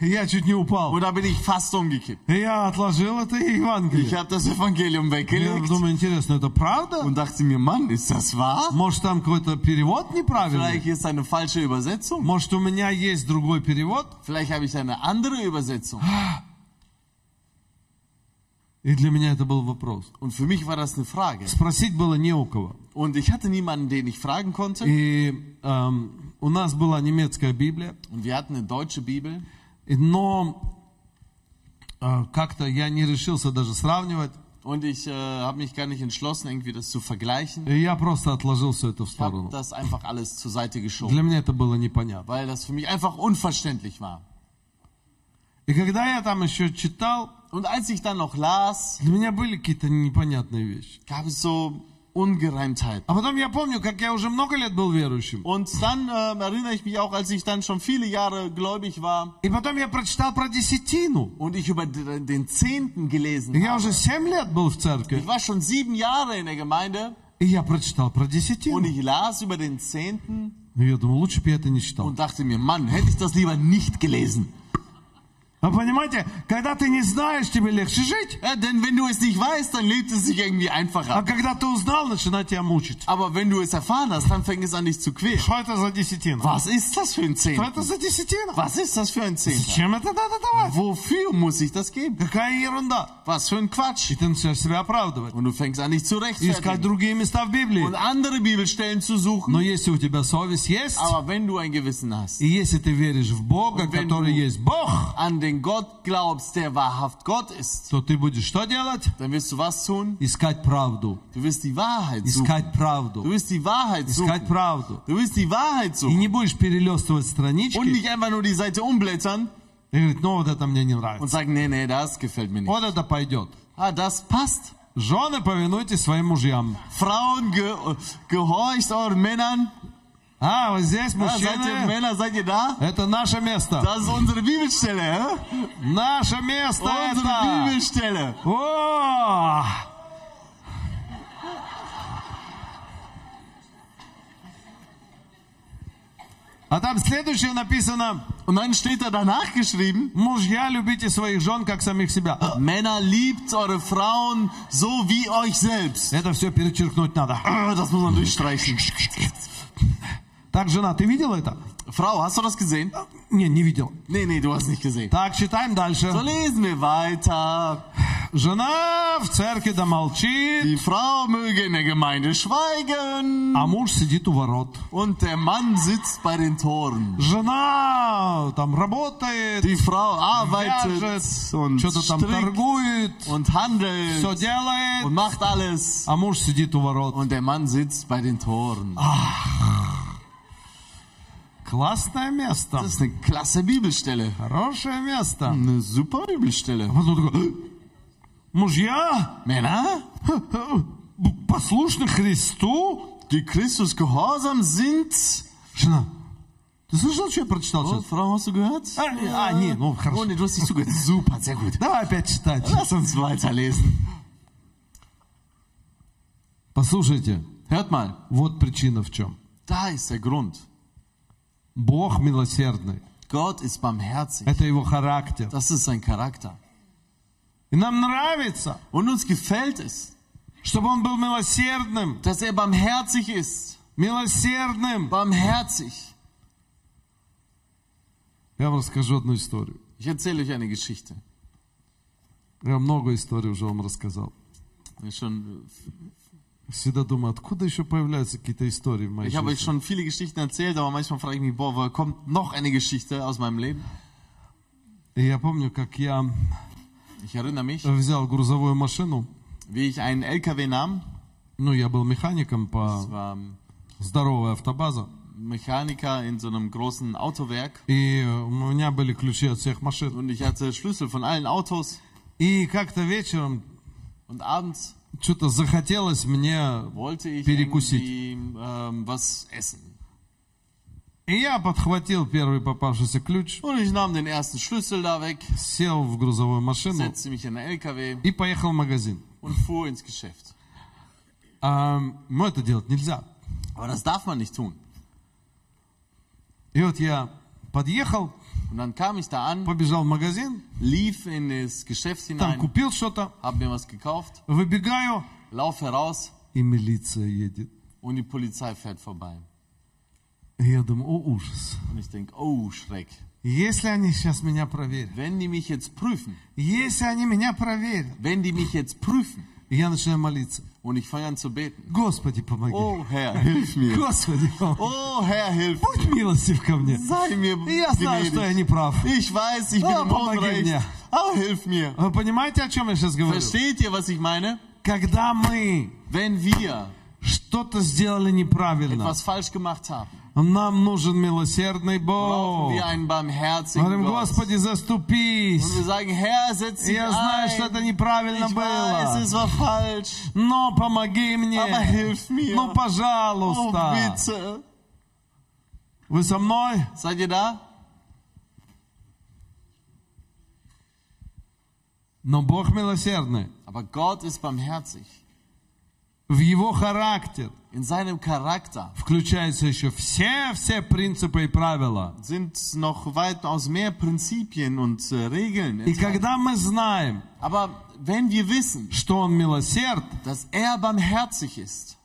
Speaker 1: Э, Я чуть не упал.
Speaker 2: Und da bin ich fast umgekippt.
Speaker 1: Я отложил это
Speaker 2: Ich
Speaker 1: Евангелие.
Speaker 2: habe das Evangelium
Speaker 1: Я
Speaker 2: weggelegt
Speaker 1: думаю, интересно, это правда?
Speaker 2: und dachte mir, Mann, ist das wahr?
Speaker 1: Может, там какой-то перевод неправильный?
Speaker 2: Vielleicht ist eine falsche Übersetzung.
Speaker 1: Может, у меня есть другой перевод?
Speaker 2: Vielleicht habe ich eine andere Übersetzung.
Speaker 1: И для меня это был вопрос.
Speaker 2: Und für mich war das eine Frage.
Speaker 1: Спросить было не у кого.
Speaker 2: Und ich hatte niemanden, den ich fragen konnte.
Speaker 1: И эм, у нас была немецкая Библия,
Speaker 2: Und wir hatten eine deutsche Bibel.
Speaker 1: и- но э, как-то я не решился даже сравнивать.
Speaker 2: Und ich äh, habe mich gar nicht entschlossen, irgendwie das zu vergleichen.
Speaker 1: И я просто отложил все это в
Speaker 2: Ich habe
Speaker 1: сторону.
Speaker 2: das einfach alles zur Seite geschoben,
Speaker 1: Для меня это было непонятно.
Speaker 2: weil das für mich einfach unverständlich war.
Speaker 1: И когда я там еще читал,
Speaker 2: Und als ich dann noch las,
Speaker 1: для меня были какие-то непонятные вещи.
Speaker 2: gab es so Ungereimtheiten.
Speaker 1: А потом я помню, как я уже много лет был верующим.
Speaker 2: Und dann ähm, erinnere ich mich auch, als ich dann schon viele Jahre gläubig war
Speaker 1: И потом я прочитал про десятину.
Speaker 2: und ich über d- den Zehnten
Speaker 1: И
Speaker 2: gelesen
Speaker 1: я
Speaker 2: habe.
Speaker 1: уже семь лет был в церкви.
Speaker 2: Ich war schon sieben Jahre in der Gemeinde
Speaker 1: И я прочитал про
Speaker 2: und
Speaker 1: десятину.
Speaker 2: ich las über den Zehnten
Speaker 1: И я думал, лучше бы я это не читал.
Speaker 2: und dachte mir, Mann, hätte ich das lieber nicht gelesen.
Speaker 1: Вы А понимаете, когда ты не знаешь, тебе легче жить.
Speaker 2: Ja, denn wenn du es nicht weißt, dann lebt es sich irgendwie einfacher.
Speaker 1: А когда ты узнал, начинает тебя мучить.
Speaker 2: Aber wenn du es erfahren hast, dann fängt es an, dich zu quälen.
Speaker 1: Что это за десятина?
Speaker 2: Was ist das für ein
Speaker 1: Что
Speaker 2: Zehnter?
Speaker 1: это за десятина?
Speaker 2: Was ist das für ein Zehnter?
Speaker 1: Зачем это надо давать?
Speaker 2: Wofür muss ich das geben?
Speaker 1: Какая ерунда.
Speaker 2: Was für ein Quatsch.
Speaker 1: И ты начинаешь себя оправдывать.
Speaker 2: Und du fängst an, dich zu
Speaker 1: Искать
Speaker 2: rechtfertigen
Speaker 1: другие места в Библии.
Speaker 2: und andere Bibelstellen zu suchen.
Speaker 1: Но если у тебя совесть есть,
Speaker 2: Aber wenn du ein Gewissen hast,
Speaker 1: и если ты веришь в Бога,
Speaker 2: Und wenn
Speaker 1: который
Speaker 2: du-
Speaker 1: есть Бог,
Speaker 2: an den Gott glaubst, der wahrhaft Gott ist,
Speaker 1: то ты будешь что делать?
Speaker 2: dann wirst du was tun?
Speaker 1: Искать правду.
Speaker 2: Du wirst die Wahrheit suchen.
Speaker 1: Искать
Speaker 2: Du
Speaker 1: правду.
Speaker 2: wirst die Wahrheit
Speaker 1: Искать
Speaker 2: suchen.
Speaker 1: правду.
Speaker 2: Du wirst die Wahrheit
Speaker 1: И
Speaker 2: suchen.
Speaker 1: не будешь перелистывать
Speaker 2: Und
Speaker 1: странички
Speaker 2: nicht einfach nur die Seite umblättern
Speaker 1: и говорить, ну вот это мне не
Speaker 2: und
Speaker 1: нравится.
Speaker 2: sagen, nee, nee, das gefällt mir nicht.
Speaker 1: Вот это пойдет.
Speaker 2: Ah, das passt.
Speaker 1: Жены, повинуйтесь своим мужьям.
Speaker 2: Frauen, ge gehorcht euren Männern.
Speaker 1: А, вот здесь
Speaker 2: Ja, seid ihr
Speaker 1: мужчины.
Speaker 2: Männer, seid ihr da?
Speaker 1: Это наше место.
Speaker 2: Das ist unsere Bibelstelle, hä?
Speaker 1: Наше место
Speaker 2: Unsere
Speaker 1: это.
Speaker 2: Bibelstelle.
Speaker 1: О! А там следующее написано.
Speaker 2: Und dann steht da danach geschrieben,
Speaker 1: Мужья, любите своих жен, как самих себя.
Speaker 2: Männer liebt eure Frauen so wie euch selbst.
Speaker 1: Это все перечеркнуть надо.
Speaker 2: Ah, Das muss man durchstreichen.
Speaker 1: Так, жена, ты видела это? А,
Speaker 2: Frau, hast du das gesehen?
Speaker 1: Не, не видела.
Speaker 2: Nee, nee, du hast nicht gesehen.
Speaker 1: Так, читаем дальше.
Speaker 2: So lesen wir weiter.
Speaker 1: Жена в церкви да молчит,
Speaker 2: Die Frau möge in der Gemeinde schweigen.
Speaker 1: а муж сидит у ворот.
Speaker 2: Und der Mann sitzt bei den Toren.
Speaker 1: Жена там работает,
Speaker 2: Die Frau
Speaker 1: вяжет,
Speaker 2: arbeitet und
Speaker 1: что-то там
Speaker 2: strickt
Speaker 1: торгует,
Speaker 2: und handelt
Speaker 1: все делает,
Speaker 2: und macht alles.
Speaker 1: а муж сидит у ворот.
Speaker 2: Und der Mann sitzt bei den Toren.
Speaker 1: Классное место,
Speaker 2: Das ist eine klasse Bibelstelle.
Speaker 1: хорошее место.
Speaker 2: Eine super Bibelstelle.
Speaker 1: А потом такой, «А, Мужья,
Speaker 2: Männer,
Speaker 1: послушны Христу.
Speaker 2: die Christus gehorsam sind.
Speaker 1: Жена, ты слышал, что я прочитал
Speaker 2: Oh,
Speaker 1: сейчас?
Speaker 2: Frau, hast du gehört?
Speaker 1: А, не- а, не, ну
Speaker 2: Oh,
Speaker 1: хорошо.
Speaker 2: Ah, nee, du hast nicht zugehört. Super, sehr gut.
Speaker 1: Давай опять читать.
Speaker 2: Lass uns weiterlesen.
Speaker 1: Послушайте,
Speaker 2: Hört mal,
Speaker 1: вот причина в чем.
Speaker 2: da ist der Grund.
Speaker 1: Бог милосердный.
Speaker 2: Gott ist barmherzig.
Speaker 1: Это его характер.
Speaker 2: Das ist sein Charakter.
Speaker 1: И нам нравится,
Speaker 2: Und uns gefällt es,
Speaker 1: чтобы он был милосердным.
Speaker 2: dass er barmherzig ist.
Speaker 1: Милосердным.
Speaker 2: Barmherzig.
Speaker 1: Я вам расскажу одну историю.
Speaker 2: Ich erzähle euch eine Geschichte.
Speaker 1: Я много историй уже вам рассказал.
Speaker 2: Schon,
Speaker 1: Всегда думаю, откуда еще появляются какие-то истории в моей
Speaker 2: ich habe euch
Speaker 1: жизни.
Speaker 2: schon viele Geschichten erzählt, aber manchmal frage ich mich, boah, woher kommt noch eine Geschichte aus meinem Leben?
Speaker 1: И я помню, как я
Speaker 2: Ich erinnere mich,
Speaker 1: взял грузовую машину.
Speaker 2: wie ich einen LKW nahm.
Speaker 1: Ну, я был механиком
Speaker 2: Das
Speaker 1: по
Speaker 2: war ähm,
Speaker 1: здоровая автобаза.
Speaker 2: Mechaniker in so einem großen Autowerk
Speaker 1: И у меня были ключи от всех машин.
Speaker 2: und ich hatte Schlüssel von allen Autos
Speaker 1: И как-то вечером
Speaker 2: und abends
Speaker 1: что-то захотелось мне.
Speaker 2: wollte ich
Speaker 1: Перекусить.
Speaker 2: irgendwie ähm, was essen.
Speaker 1: И я подхватил первый попавшийся ключ,
Speaker 2: Und ich nahm den ersten Schlüssel da weg,
Speaker 1: сел в грузовую машину
Speaker 2: setzte mich in den LKW
Speaker 1: и поехал в магазин.
Speaker 2: und fuhr ins Geschäft.
Speaker 1: А, ну, это делать нельзя.
Speaker 2: Aber das darf man nicht tun.
Speaker 1: И вот я подъехал,
Speaker 2: Und dann kam ich da an,
Speaker 1: побежал в магазин,
Speaker 2: lief in das Geschäft
Speaker 1: там
Speaker 2: hinein,
Speaker 1: купил что-то,
Speaker 2: hab mir was gekauft,
Speaker 1: выбегаю,
Speaker 2: lauf heraus
Speaker 1: и милиция едет.
Speaker 2: und die Polizei fährt vorbei.
Speaker 1: И я думаю, о ужас.
Speaker 2: Und ich denke, oh Schreck,
Speaker 1: Если они сейчас меня проверят,
Speaker 2: wenn die mich jetzt prüfen,
Speaker 1: если они меня проверят,
Speaker 2: wenn die mich jetzt prüfen
Speaker 1: и я начинаю молиться.
Speaker 2: und ich fange an zu beten.
Speaker 1: Господи, помоги.
Speaker 2: Oh Herr, hilf mir.
Speaker 1: Господи, помоги.
Speaker 2: Oh Herr, hilf mir.
Speaker 1: Будь милостив ко мне.
Speaker 2: Sei mir
Speaker 1: И я знаю, что я
Speaker 2: gnädig.
Speaker 1: не прав.
Speaker 2: Ich weiß, ich bin
Speaker 1: Oh,
Speaker 2: im
Speaker 1: помоги мне.
Speaker 2: Unrecht. Aber hilf mir.
Speaker 1: Вы понимаете, о чем я сейчас говорю?
Speaker 2: Versteht ihr, was ich meine?
Speaker 1: Когда мы
Speaker 2: Wenn wir
Speaker 1: что-то сделали неправильно,
Speaker 2: etwas falsch gemacht haben,
Speaker 1: нам нужен милосердный
Speaker 2: brauchen
Speaker 1: Бог.
Speaker 2: wir einen
Speaker 1: Мы
Speaker 2: barmherzigen
Speaker 1: Говорим,
Speaker 2: Gott.
Speaker 1: Господи,
Speaker 2: Und
Speaker 1: заступись.
Speaker 2: wir sagen, Herr, setz
Speaker 1: И
Speaker 2: dich
Speaker 1: Я знаю, что это
Speaker 2: ein.
Speaker 1: неправильно
Speaker 2: Ich weiß, es
Speaker 1: было,
Speaker 2: war falsch.
Speaker 1: но помоги
Speaker 2: Aber
Speaker 1: мне.
Speaker 2: hilf mir.
Speaker 1: Ну,
Speaker 2: Oh,
Speaker 1: пожалуйста.
Speaker 2: bitte.
Speaker 1: Вы со мной?
Speaker 2: Seid ihr da?
Speaker 1: Но Бог милосердный.
Speaker 2: Aber Gott ist barmherzig.
Speaker 1: В Его характер
Speaker 2: In seinem Charakter
Speaker 1: включаются еще все-все принципы и правила.
Speaker 2: sind noch weitaus mehr Prinzipien und äh, Regeln.
Speaker 1: И когда мы знаем,
Speaker 2: Aber wenn wir wissen,
Speaker 1: что Он милосерд,
Speaker 2: dass er barmherzig ist,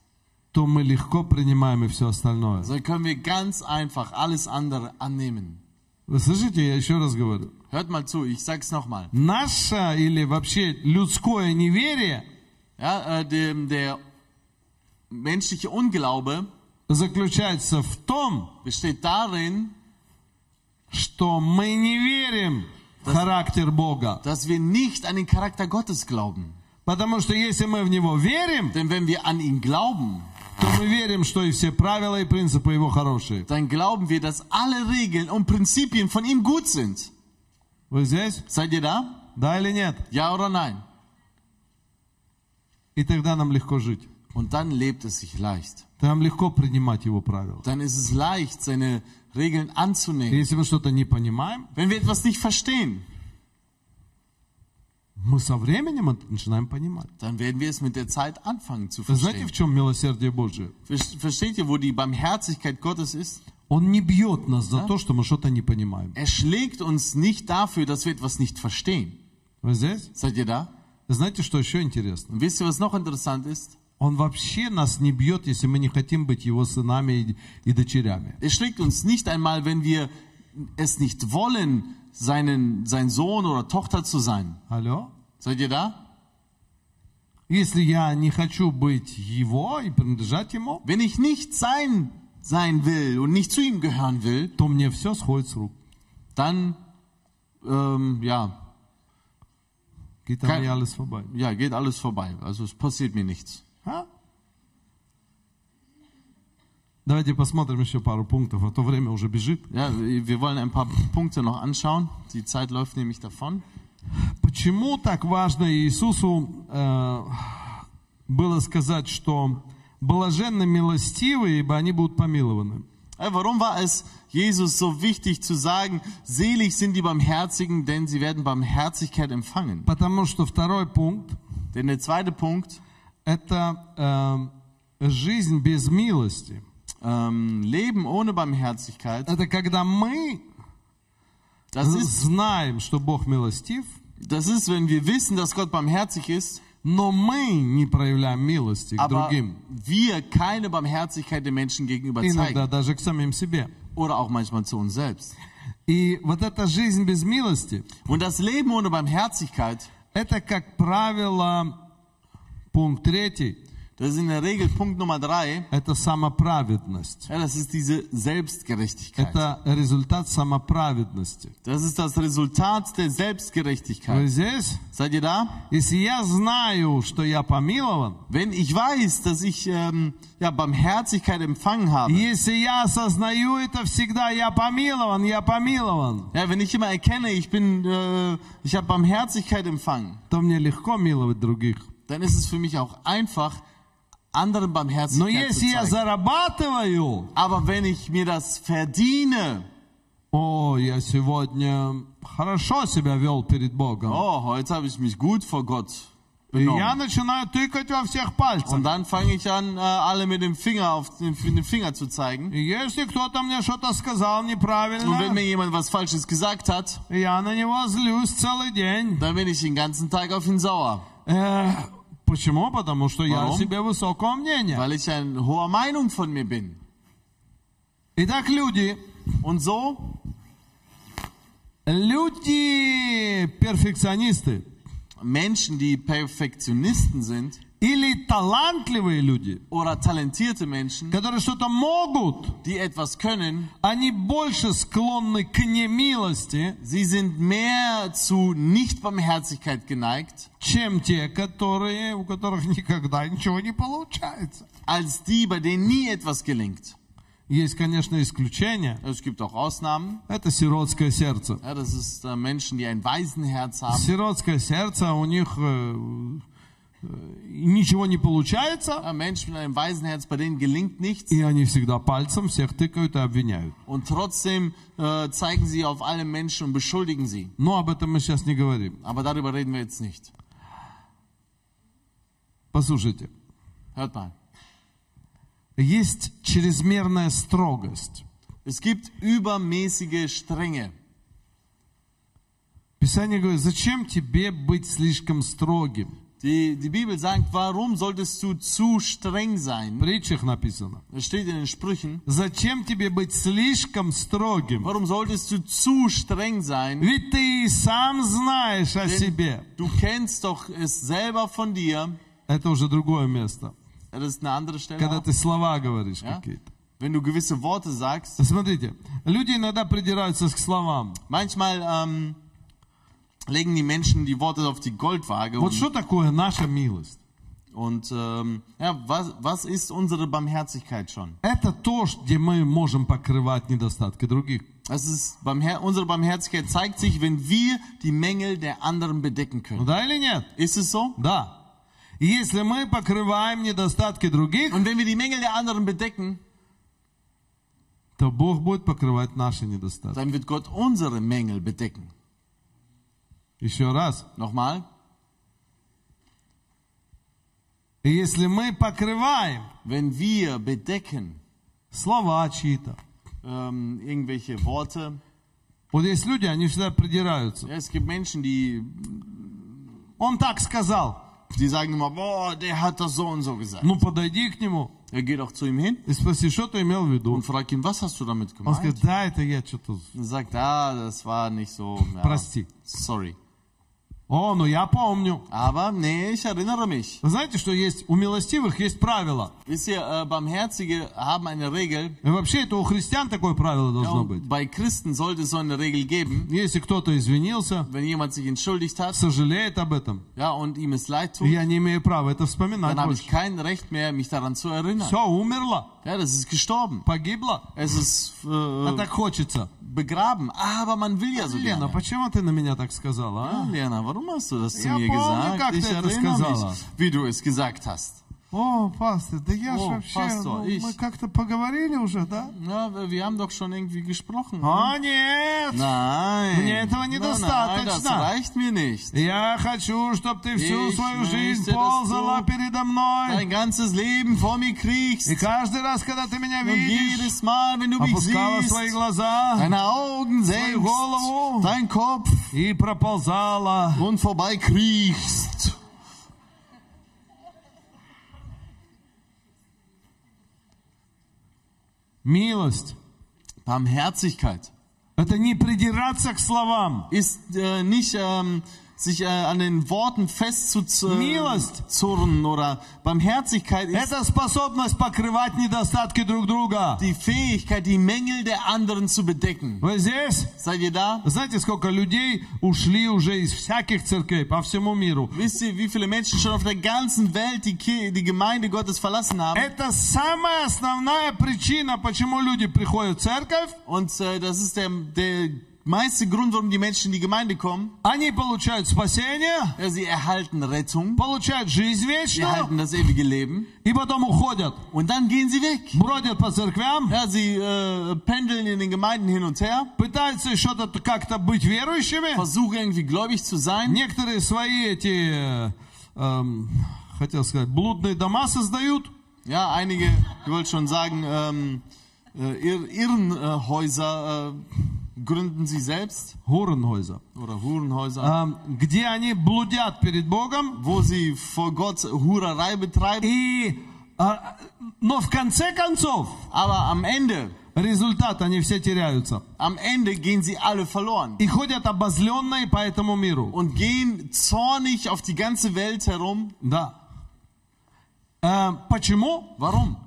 Speaker 1: то мы легко принимаем и все остальное.
Speaker 2: so können wir ganz einfach alles andere annehmen.
Speaker 1: Вы слышите, я еще раз говорю.
Speaker 2: Hört mal zu, ich sag's nochmal.
Speaker 1: Наше или вообще людское неверие
Speaker 2: Ja, äh, der, der menschliche Unglaube
Speaker 1: заключается в том,
Speaker 2: besteht darin,
Speaker 1: что мы не верим в характер Бога.
Speaker 2: dass wir nicht an den Charakter Gottes glauben.
Speaker 1: Потому что если мы в Него верим,
Speaker 2: Denn wenn wir an ihn glauben,
Speaker 1: то мы верим, что и все правила и принципы Его хорошие.
Speaker 2: dann glauben wir, dass alle Regeln und Prinzipien von ihm gut sind.
Speaker 1: Вы здесь?
Speaker 2: Seid ihr da?
Speaker 1: Да или нет?
Speaker 2: Ja oder nein?
Speaker 1: И тогда нам легко жить.
Speaker 2: Und dann lebt es sich leicht.
Speaker 1: Нам легко принимать Его правила.
Speaker 2: Dann ist es leicht, seine Regeln
Speaker 1: И
Speaker 2: anzunehmen.
Speaker 1: Если мы что-то не понимаем,
Speaker 2: Wenn wir etwas nicht verstehen,
Speaker 1: мы со временем это начинаем понимать.
Speaker 2: dann werden wir es mit der Zeit anfangen zu
Speaker 1: Вы знаете, в
Speaker 2: verstehen.
Speaker 1: чем милосердие Божие?
Speaker 2: Ver- Versteht ihr, wo die Barmherzigkeit Gottes ist?
Speaker 1: Он не бьет нас за то, что мы что-то не понимаем.
Speaker 2: Er schlägt uns nicht dafür, dass wir etwas nicht verstehen.
Speaker 1: Вы здесь?
Speaker 2: Seid ihr da?
Speaker 1: Знаете, что еще интересно?
Speaker 2: Und wisst ihr, was noch interessant ist?
Speaker 1: Он вообще нас не бьет, если мы не хотим быть его сынами и, и дочерями.
Speaker 2: Er schlägt uns nicht einmal, wenn wir es nicht wollen, seinen, sein Sohn oder Tochter zu sein.
Speaker 1: Алло?
Speaker 2: Seid ihr da?
Speaker 1: Если я не хочу быть его и принадлежать ему,
Speaker 2: Wenn ich nicht sein sein will und nicht zu ihm gehören will,
Speaker 1: то мне все сходит с рук.
Speaker 2: dann ähm, ja,
Speaker 1: Geht
Speaker 2: Kein-
Speaker 1: an mir alles vorbei.
Speaker 2: ja, geht alles vorbei. Also es passiert mir nichts.
Speaker 1: А? Давайте посмотрим еще пару пунктов, а то время уже бежит.
Speaker 2: Ja, wir wollen ein paar Punkte noch anschauen. Die Zeit läuft nämlich davon.
Speaker 1: Почему так важно Иисусу э, было сказать, что блаженны милостивые, ибо они будут помилованы?
Speaker 2: Äh, Warum war es Jesus so wichtig zu sagen, selig sind die Barmherzigen, denn sie werden Barmherzigkeit empfangen?
Speaker 1: Потому что второй пункт
Speaker 2: Denn der zweite Punkt,
Speaker 1: – это э, жизнь без милости.
Speaker 2: ähm, Leben ohne Barmherzigkeit,
Speaker 1: Это когда мы
Speaker 2: das
Speaker 1: Hm.
Speaker 2: ist,
Speaker 1: знаем, что Бог милостив,
Speaker 2: das ist, wenn wir wissen, dass Gott barmherzig ist,
Speaker 1: но мы не проявляем милости к
Speaker 2: aber
Speaker 1: другим.
Speaker 2: wir keine Barmherzigkeit den Menschen gegenüber
Speaker 1: Иногда
Speaker 2: zeigen
Speaker 1: даже к самим себе.
Speaker 2: oder auch manchmal zu uns selbst.
Speaker 1: И вот эта жизнь без милости
Speaker 2: Und das Leben ohne Barmherzigkeit,
Speaker 1: – это, как правило, pункт третий –
Speaker 2: das ist in der Regel Punkt Nummer drei,
Speaker 1: это самоправедность.
Speaker 2: ja, das ist diese Selbstgerechtigkeit.
Speaker 1: Это результат самоправедности.
Speaker 2: Das ist das Resultat der Selbstgerechtigkeit.
Speaker 1: Вы здесь?
Speaker 2: Seid ihr da?
Speaker 1: Если я знаю, что я помилован,
Speaker 2: Wenn ich weiß, dass ich ähm, ja, Barmherzigkeit empfangen
Speaker 1: И
Speaker 2: habe,
Speaker 1: Если я осознаю это всегда, я pomilован, я помилован,
Speaker 2: ja, wenn ich immer erkenne, ich bin, äh, ich habe Barmherzigkeit empfangen,
Speaker 1: то мне легко миловать других.
Speaker 2: dann ist es für mich auch einfach, anderen
Speaker 1: Но
Speaker 2: Barmherzigkeit
Speaker 1: если
Speaker 2: zu
Speaker 1: я
Speaker 2: zeigen.
Speaker 1: зарабатываю,
Speaker 2: Aber wenn ich mir das verdiene,
Speaker 1: о, я сегодня хорошо себя вел перед Богом,
Speaker 2: oh, heute habe ich mich gut vor Gott
Speaker 1: И
Speaker 2: benommen.
Speaker 1: я начинаю тыкать во всех пальцах.
Speaker 2: Und dann fange ich an, äh, alle mit dem Finger auf den, mit dem Finger zu zeigen.
Speaker 1: И если кто-то мне что-то сказал
Speaker 2: Und wenn mir
Speaker 1: неправильно,
Speaker 2: jemand was Falsches gesagt hat,
Speaker 1: я на него злюсь целый день.
Speaker 2: dann bin ich den ganzen Tag auf ihn sauer,
Speaker 1: Э, Почему? Потому что я о
Speaker 2: Потом?
Speaker 1: себе высокого мнения.
Speaker 2: weil ich ein hoher Meinung von mir bin.
Speaker 1: Итак, люди,
Speaker 2: Und so
Speaker 1: люди перфекционисты
Speaker 2: Menschen, die Perfektionisten sind
Speaker 1: или талантливые люди,
Speaker 2: oder talentierte Menschen,
Speaker 1: которые что-то могут,
Speaker 2: die etwas können,
Speaker 1: они больше склонны к немилости,
Speaker 2: sie sind mehr zu Nichtbarmherzigkeit geneigt,
Speaker 1: чем те, которые, у которых никогда ничего не получается.
Speaker 2: als die, bei denen nie etwas gelingt.
Speaker 1: Есть, конечно, исключения.
Speaker 2: Es gibt auch Ausnahmen.
Speaker 1: Это сиротское сердце.
Speaker 2: Ja, das ist äh, Menschen, die ein Waisenherz haben.
Speaker 1: Сиротское сердце, у них э, э, ничего не получается,
Speaker 2: Ja, Menschen mit einem Waisenherz, bei denen gelingt nichts.
Speaker 1: и они всегда пальцем всех tыкают и обвиняют.
Speaker 2: Und trotzdem äh, zeigen sie auf alle Menschen und beschuldigen sie.
Speaker 1: Но об этом мы сейчас не говорим.
Speaker 2: Aber darüber reden wir jetzt nicht.
Speaker 1: Послушайте,
Speaker 2: Hört mal.
Speaker 1: есть чрезмерная строгость.
Speaker 2: Es gibt übermäßige Strenge.
Speaker 1: Писание говорит, зачем тебе быть слишком строгим?
Speaker 2: Die, die Bibel sagt, warum solltest du zu streng
Speaker 1: В
Speaker 2: sein?
Speaker 1: притчах написано.
Speaker 2: Das steht in den Sprüchen.
Speaker 1: Зачем тебе быть слишком строгим?
Speaker 2: Warum solltest du zu streng sein?
Speaker 1: Ведь ты и сам знаешь о себе.
Speaker 2: Du kennst doch es selber von dir.
Speaker 1: Это уже другое место,
Speaker 2: Ja, Das ist eine andere Stelle.
Speaker 1: когда
Speaker 2: Auch.
Speaker 1: ты слова говоришь
Speaker 2: Ja?
Speaker 1: какие-то.
Speaker 2: Wenn du gewisse Worte sagst.
Speaker 1: Смотрите, люди иногда придираются к словам.
Speaker 2: Manchmal ähm, legen die Menschen die Worte auf die Goldwaage.
Speaker 1: Вот
Speaker 2: Und
Speaker 1: что такое наша милость?
Speaker 2: Und ähm, ja, was, was ist unsere Barmherzigkeit schon?
Speaker 1: Это то, ш- где мы можем покрывать недостатки других.
Speaker 2: Das ist Barmher unsere Barmherzigkeit zeigt sich, wenn wir die Mängel der anderen bedecken können.
Speaker 1: Да или нет?
Speaker 2: Ist es so?
Speaker 1: Да. И Если мы покрываем недостатки других,
Speaker 2: Und wenn wir die Mängel der anderen bedecken,
Speaker 1: то Бог будет покрывать наши недостатки.
Speaker 2: dann wird Gott unsere Mängel bedecken.
Speaker 1: Еще раз.
Speaker 2: Nochmal,
Speaker 1: И Если мы покрываем
Speaker 2: wenn wir bedecken
Speaker 1: слова чьи-то.
Speaker 2: ähm, irgendwelche Worte,
Speaker 1: Вот есть люди, они всегда придираются.
Speaker 2: ja, es gibt Menschen, die,
Speaker 1: Он так сказал.
Speaker 2: die sagen immer, boah, der hat das so und so gesagt.
Speaker 1: Ну подойди к нему
Speaker 2: Er geht auch zu ihm hin
Speaker 1: и спроси, что ты имел в виду.
Speaker 2: und fragt ihn, was hast du damit
Speaker 1: Он скажет,
Speaker 2: gemeint?
Speaker 1: да, это я что-то...
Speaker 2: Und er sagt, ah, das war nicht so. Ja,
Speaker 1: Прости.
Speaker 2: sorry.
Speaker 1: О, ну я помню.
Speaker 2: Aber nee, ich erinnere mich.
Speaker 1: Вы знаете, что есть у милостивых есть правило.
Speaker 2: Wisst ihr, äh, Barmherzige haben eine Regel.
Speaker 1: И вообще это у христиан такое правило
Speaker 2: Ja,
Speaker 1: должно быть.
Speaker 2: und bei Christen sollte es so eine Regel geben.
Speaker 1: Если кто-то извинился,
Speaker 2: Wenn jemand sich entschuldigt hat
Speaker 1: сожалеет об этом,
Speaker 2: ja, und ihm es leid tut,
Speaker 1: я не имею права это вспоминать
Speaker 2: dann habe ich
Speaker 1: больше.
Speaker 2: kein Recht mehr, mich daran zu erinnern.
Speaker 1: Все, умерло,
Speaker 2: Ja, das ist gestorben.
Speaker 1: погибло,
Speaker 2: Es ist
Speaker 1: а
Speaker 2: äh,
Speaker 1: так хочется.
Speaker 2: begraben. Aber man will ja so
Speaker 1: Лена,
Speaker 2: gerne.
Speaker 1: почему ты на меня так
Speaker 2: Ah,
Speaker 1: сказала, а?
Speaker 2: Lena, warum hast du das zu
Speaker 1: Ja,
Speaker 2: mir
Speaker 1: Paul, как
Speaker 2: gesagt?
Speaker 1: ты
Speaker 2: Ich
Speaker 1: это
Speaker 2: erinnere
Speaker 1: сказала?
Speaker 2: mich, wie du es gesagt hast.
Speaker 1: О, пастор, да я ж
Speaker 2: О,
Speaker 1: вообще,
Speaker 2: пастор,
Speaker 1: ну,
Speaker 2: ich-
Speaker 1: мы как-то поговорили уже, да?
Speaker 2: Ja, wir- wir haben doch schon irgendwie gesprochen.
Speaker 1: А, нет!
Speaker 2: Nein.
Speaker 1: Мне этого
Speaker 2: nein, das
Speaker 1: недостаточно.
Speaker 2: reicht mir nicht.
Speaker 1: Я хочу, чтобы ты всю
Speaker 2: Ich
Speaker 1: свою
Speaker 2: möchte,
Speaker 1: жизнь
Speaker 2: dass
Speaker 1: ползала
Speaker 2: du
Speaker 1: передо мной.
Speaker 2: dein ganzes Leben vor mir
Speaker 1: И
Speaker 2: kriegst.
Speaker 1: каждый раз, когда ты меня
Speaker 2: Und
Speaker 1: видишь,
Speaker 2: jedes Mal, wenn du mich
Speaker 1: опускала свои
Speaker 2: siehst,
Speaker 1: глаза
Speaker 2: deine Augen
Speaker 1: Свою голову.
Speaker 2: senkst, dein Kopf
Speaker 1: и проползала.
Speaker 2: und vorbei kriechst.
Speaker 1: Милость.
Speaker 2: Barmherzigkeit
Speaker 1: Это не придираться к словам.
Speaker 2: ist äh, nicht ähm, sich äh, an den Worten
Speaker 1: Милость.
Speaker 2: festzuzurren oder Barmherzigkeit ist
Speaker 1: Это способность покрывать недостатки друг друга.
Speaker 2: die Fähigkeit, die Mängel der anderen zu bedecken.
Speaker 1: Вы здесь?
Speaker 2: Seid ihr da?
Speaker 1: Знаете, сколько людей ушли уже из всяких церквей по всему миру?
Speaker 2: Wisst ihr, wie viele Menschen schon auf der ganzen Welt die, Ki- die Gemeinde Gottes verlassen haben?
Speaker 1: Это самая основная причина, почему люди приходят в церковь,
Speaker 2: Und äh, das ist der, der meiste Grund, warum die Menschen in die Gemeinde kommen.
Speaker 1: они получают спасение,
Speaker 2: Ja, sie erhalten Rettung,
Speaker 1: получают жизнь
Speaker 2: sie
Speaker 1: вечную,
Speaker 2: erhalten das ewige Leben
Speaker 1: и потом уходят,
Speaker 2: und dann gehen sie weg.
Speaker 1: бродят по церквям,
Speaker 2: Ja, sie äh, pendeln in den Gemeinden hin und her,
Speaker 1: пытаются что-то как-то быть верующими.
Speaker 2: versuchen irgendwie gläubig zu sein.
Speaker 1: Некоторые свои эти э, эм, хотел сказать, блудные дома создают,
Speaker 2: Ja, einige, ich wollte schon sagen, ähm, äh, Ir Irrenhäuser äh, gründen sie selbst
Speaker 1: Гуренхойза,
Speaker 2: oder Hurenhäuser,
Speaker 1: эм, где они блудят перед Богом,
Speaker 2: wo sie vor Gott Hurerei betreiben.
Speaker 1: и, а, но в конце konцов
Speaker 2: Aber am Ende,
Speaker 1: результат, они все теряются.
Speaker 2: am Ende gehen sie alle verloren
Speaker 1: И ходят обозленные по этому миру.
Speaker 2: und gehen zornig auf die ganze Welt herum.
Speaker 1: Да. Э, почему?
Speaker 2: Warum?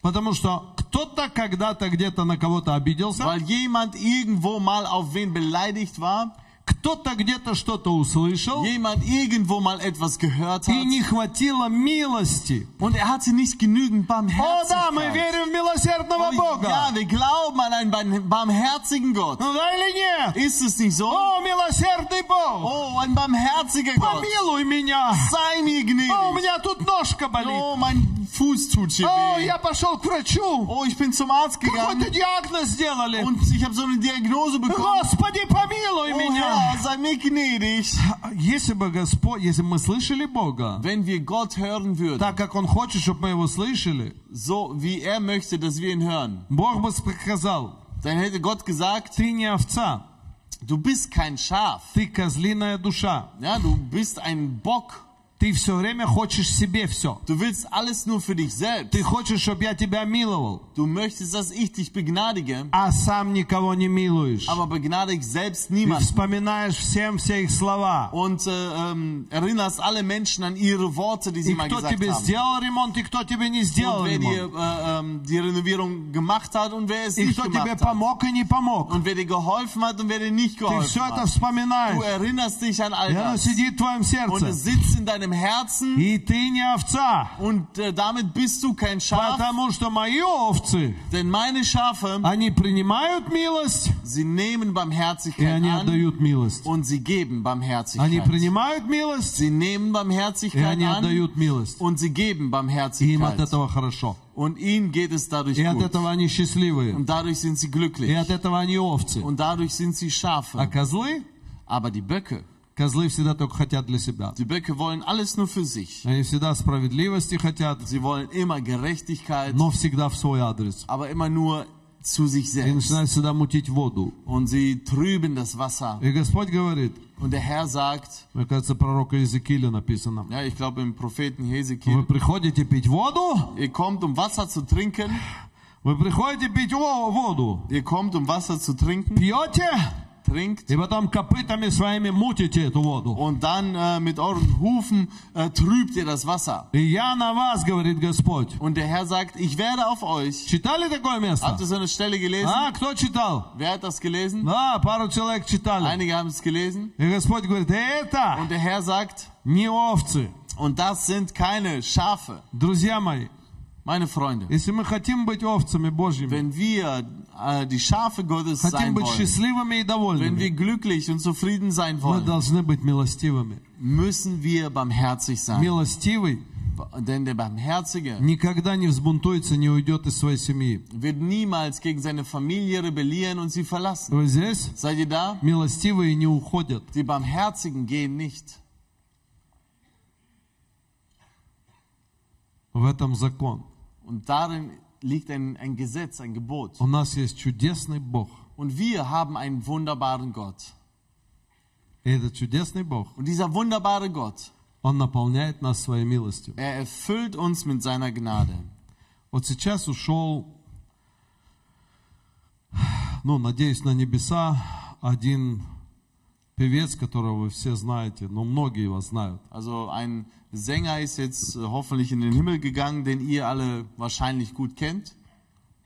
Speaker 1: Потому что кто-то когда-то где-то на кого-то обиделся,
Speaker 2: Weil jemand irgendwo mal auf wen beleidigt war,
Speaker 1: кто-то где-то что-то услышал,
Speaker 2: jemand irgendwo mal etwas gehört
Speaker 1: и
Speaker 2: hat
Speaker 1: не хватило милости.
Speaker 2: und er hatte nicht genügend
Speaker 1: О да, мы
Speaker 2: Barmherzigkeit.
Speaker 1: верим в милосердного
Speaker 2: Oh, ja,
Speaker 1: Бога.
Speaker 2: wir glauben an einen barm- barmherzigen Gott.
Speaker 1: Ну да или нет?
Speaker 2: Ist es nicht so?
Speaker 1: О, милосердный Бог,
Speaker 2: Oh, ein barmherziger Gott.
Speaker 1: помилуй меня.
Speaker 2: Sei mir
Speaker 1: О,
Speaker 2: Oh,
Speaker 1: у
Speaker 2: gnädig.
Speaker 1: меня тут ножка болит.
Speaker 2: Oh, mein Fuß tut hier
Speaker 1: О,
Speaker 2: weh.
Speaker 1: я пошел к врачу.
Speaker 2: Oh, ich bin zum Arzt
Speaker 1: Какой-то
Speaker 2: gegangen
Speaker 1: диагноз сделали.
Speaker 2: und ich habe so eine Diagnose bekommen.
Speaker 1: Господи, помилуй
Speaker 2: Oh,
Speaker 1: меня.
Speaker 2: Herr, sei mir gnädig.
Speaker 1: Если бы Господь, если бы мы слышали Бога,
Speaker 2: Wenn wir Gott hören würden,
Speaker 1: так как Он хочет, чтобы мы Его слышали,
Speaker 2: so wie er möchte, dass wir ihn hören,
Speaker 1: Бог бы сказал,
Speaker 2: dann hätte Gott gesagt,
Speaker 1: ты не овца,
Speaker 2: du bist kein Schaf.
Speaker 1: ты козлиная душа.
Speaker 2: Ja, du bist ein Bock.
Speaker 1: Ты все время хочешь себе все.
Speaker 2: Du willst alles nur für dich selbst.
Speaker 1: Ты хочешь, чтобы я тебя миловал,
Speaker 2: Du möchtest, dass ich dich begnadige,
Speaker 1: а сам никого не милуешь.
Speaker 2: aber begnadig selbst
Speaker 1: Ты
Speaker 2: niemand.
Speaker 1: вспоминаешь всем все их слова.
Speaker 2: und äh, ähm, erinnerst alle Menschen an ihre Worte, die sie
Speaker 1: И
Speaker 2: mal
Speaker 1: кто
Speaker 2: gesagt
Speaker 1: тебе
Speaker 2: haben.
Speaker 1: сделал ремонт, и кто тебе не сделал
Speaker 2: Und wer dir
Speaker 1: ремонт.
Speaker 2: äh, ähm, die Renovierung gemacht hat und wer es
Speaker 1: И
Speaker 2: nicht
Speaker 1: кто тебе
Speaker 2: gemacht hat.
Speaker 1: помог и не помог.
Speaker 2: Und wer dir geholfen hat und wer dir nicht
Speaker 1: Ты все
Speaker 2: geholfen
Speaker 1: это
Speaker 2: hat. Du
Speaker 1: вспоминаешь.
Speaker 2: erinnerst dich an all
Speaker 1: И оно
Speaker 2: das.
Speaker 1: сидит в твоем
Speaker 2: Und
Speaker 1: сердце.
Speaker 2: es sitzt in deinem Herzen
Speaker 1: И ты не овца.
Speaker 2: und äh, damit bist du kein Schaf.
Speaker 1: Потому что мои овцы,
Speaker 2: Denn meine Schafe,
Speaker 1: они принимают милость
Speaker 2: sie
Speaker 1: и
Speaker 2: nehmen Barmherzigkeit
Speaker 1: они
Speaker 2: an
Speaker 1: отдают милость.
Speaker 2: und sie geben
Speaker 1: Они
Speaker 2: Barmherzigkeit.
Speaker 1: принимают милость
Speaker 2: Sie nehmen
Speaker 1: и
Speaker 2: Barmherzigkeit
Speaker 1: они
Speaker 2: an
Speaker 1: отдают милость.
Speaker 2: und sie
Speaker 1: И
Speaker 2: geben
Speaker 1: им от
Speaker 2: Barmherzigkeit.
Speaker 1: этого хорошо.
Speaker 2: Und ihnen geht es dadurch
Speaker 1: И от
Speaker 2: gut.
Speaker 1: этого они счастливые.
Speaker 2: Und dadurch sind sie
Speaker 1: И
Speaker 2: glücklich.
Speaker 1: от этого они овцы.
Speaker 2: Und dadurch sind sie
Speaker 1: А
Speaker 2: Schafe.
Speaker 1: козлы?
Speaker 2: Aber die Böcke,
Speaker 1: Козлы всегда только хотят для себя.
Speaker 2: die Böcke wollen alles nur für sich.
Speaker 1: Они всегда справедливости хотят,
Speaker 2: Sie wollen immer Gerechtigkeit,
Speaker 1: но всегда в свой адрес.
Speaker 2: aber immer nur zu sich
Speaker 1: И
Speaker 2: selbst.
Speaker 1: начинают всегда мутить воду.
Speaker 2: Und sie trüben das Wasser.
Speaker 1: И Господь говорит,
Speaker 2: Und der Herr sagt,
Speaker 1: мне кажется, пророка Иезекииля написано,
Speaker 2: ja, ich glaube im Propheten
Speaker 1: вы
Speaker 2: Hesekiel,
Speaker 1: приходите пить воду,
Speaker 2: ihr kommt, um Wasser zu trinken,
Speaker 1: вы приходите пить во- воду,
Speaker 2: ihr kommt, um Wasser zu trinken,
Speaker 1: пьете,
Speaker 2: trinkt
Speaker 1: и потом копытами своими мутите эту воду.
Speaker 2: und dann äh, mit euren Hufen äh, trübt ihr das Wasser.
Speaker 1: И я на вас, говорит Господь.
Speaker 2: Und der Herr sagt, ich werde auf euch.
Speaker 1: Читали такое место?
Speaker 2: Habt ihr so eine Stelle gelesen?
Speaker 1: А, кто читал?
Speaker 2: Wer hat das gelesen?
Speaker 1: Да, пару человек читали.
Speaker 2: Einige haben es gelesen.
Speaker 1: И Господь говорит, это
Speaker 2: Und der Herr sagt,
Speaker 1: не овцы.
Speaker 2: und das sind keine Schafe,
Speaker 1: Друзья мои,
Speaker 2: meine Freunde.
Speaker 1: если мы хотим быть овцами Божьими,
Speaker 2: Wenn wir äh, die Schafe Gottes
Speaker 1: хотим
Speaker 2: sein
Speaker 1: быть
Speaker 2: wollen,
Speaker 1: счастливыми и
Speaker 2: wenn wir
Speaker 1: довольными,
Speaker 2: glücklich und zufrieden sein
Speaker 1: мы
Speaker 2: wollen,
Speaker 1: должны быть милостивыми.
Speaker 2: müssen wir barmherzig sein.
Speaker 1: Милостивый
Speaker 2: Denn der Barmherzige
Speaker 1: никогда не взбунтуется, не уйдет из своей семьи.
Speaker 2: wird niemals gegen seine Familie rebellieren und sie verlassen.
Speaker 1: Вы здесь?
Speaker 2: Seid ihr da?
Speaker 1: Милостивые не уходят.
Speaker 2: Die Barmherzigen gehen nicht.
Speaker 1: В этом закон.
Speaker 2: Und darin liegt ein, ein Gesetz, ein Gebot.
Speaker 1: У нас есть чудесный Бог.
Speaker 2: Und wir haben einen wunderbaren Gott.
Speaker 1: И этот чудесный Бог,
Speaker 2: Und dieser wunderbare Gott,
Speaker 1: Он наполняет нас своей милостью.
Speaker 2: er erfüllt uns mit seiner Gnade.
Speaker 1: Вот сейчас ушел, ну, надеюсь, на небеса один певец, которого вы все знаете, но многие вас знают.
Speaker 2: Also ein Sänger ist jetzt äh, hoffentlich in den Himmel gegangen, den ihr alle wahrscheinlich gut kennt.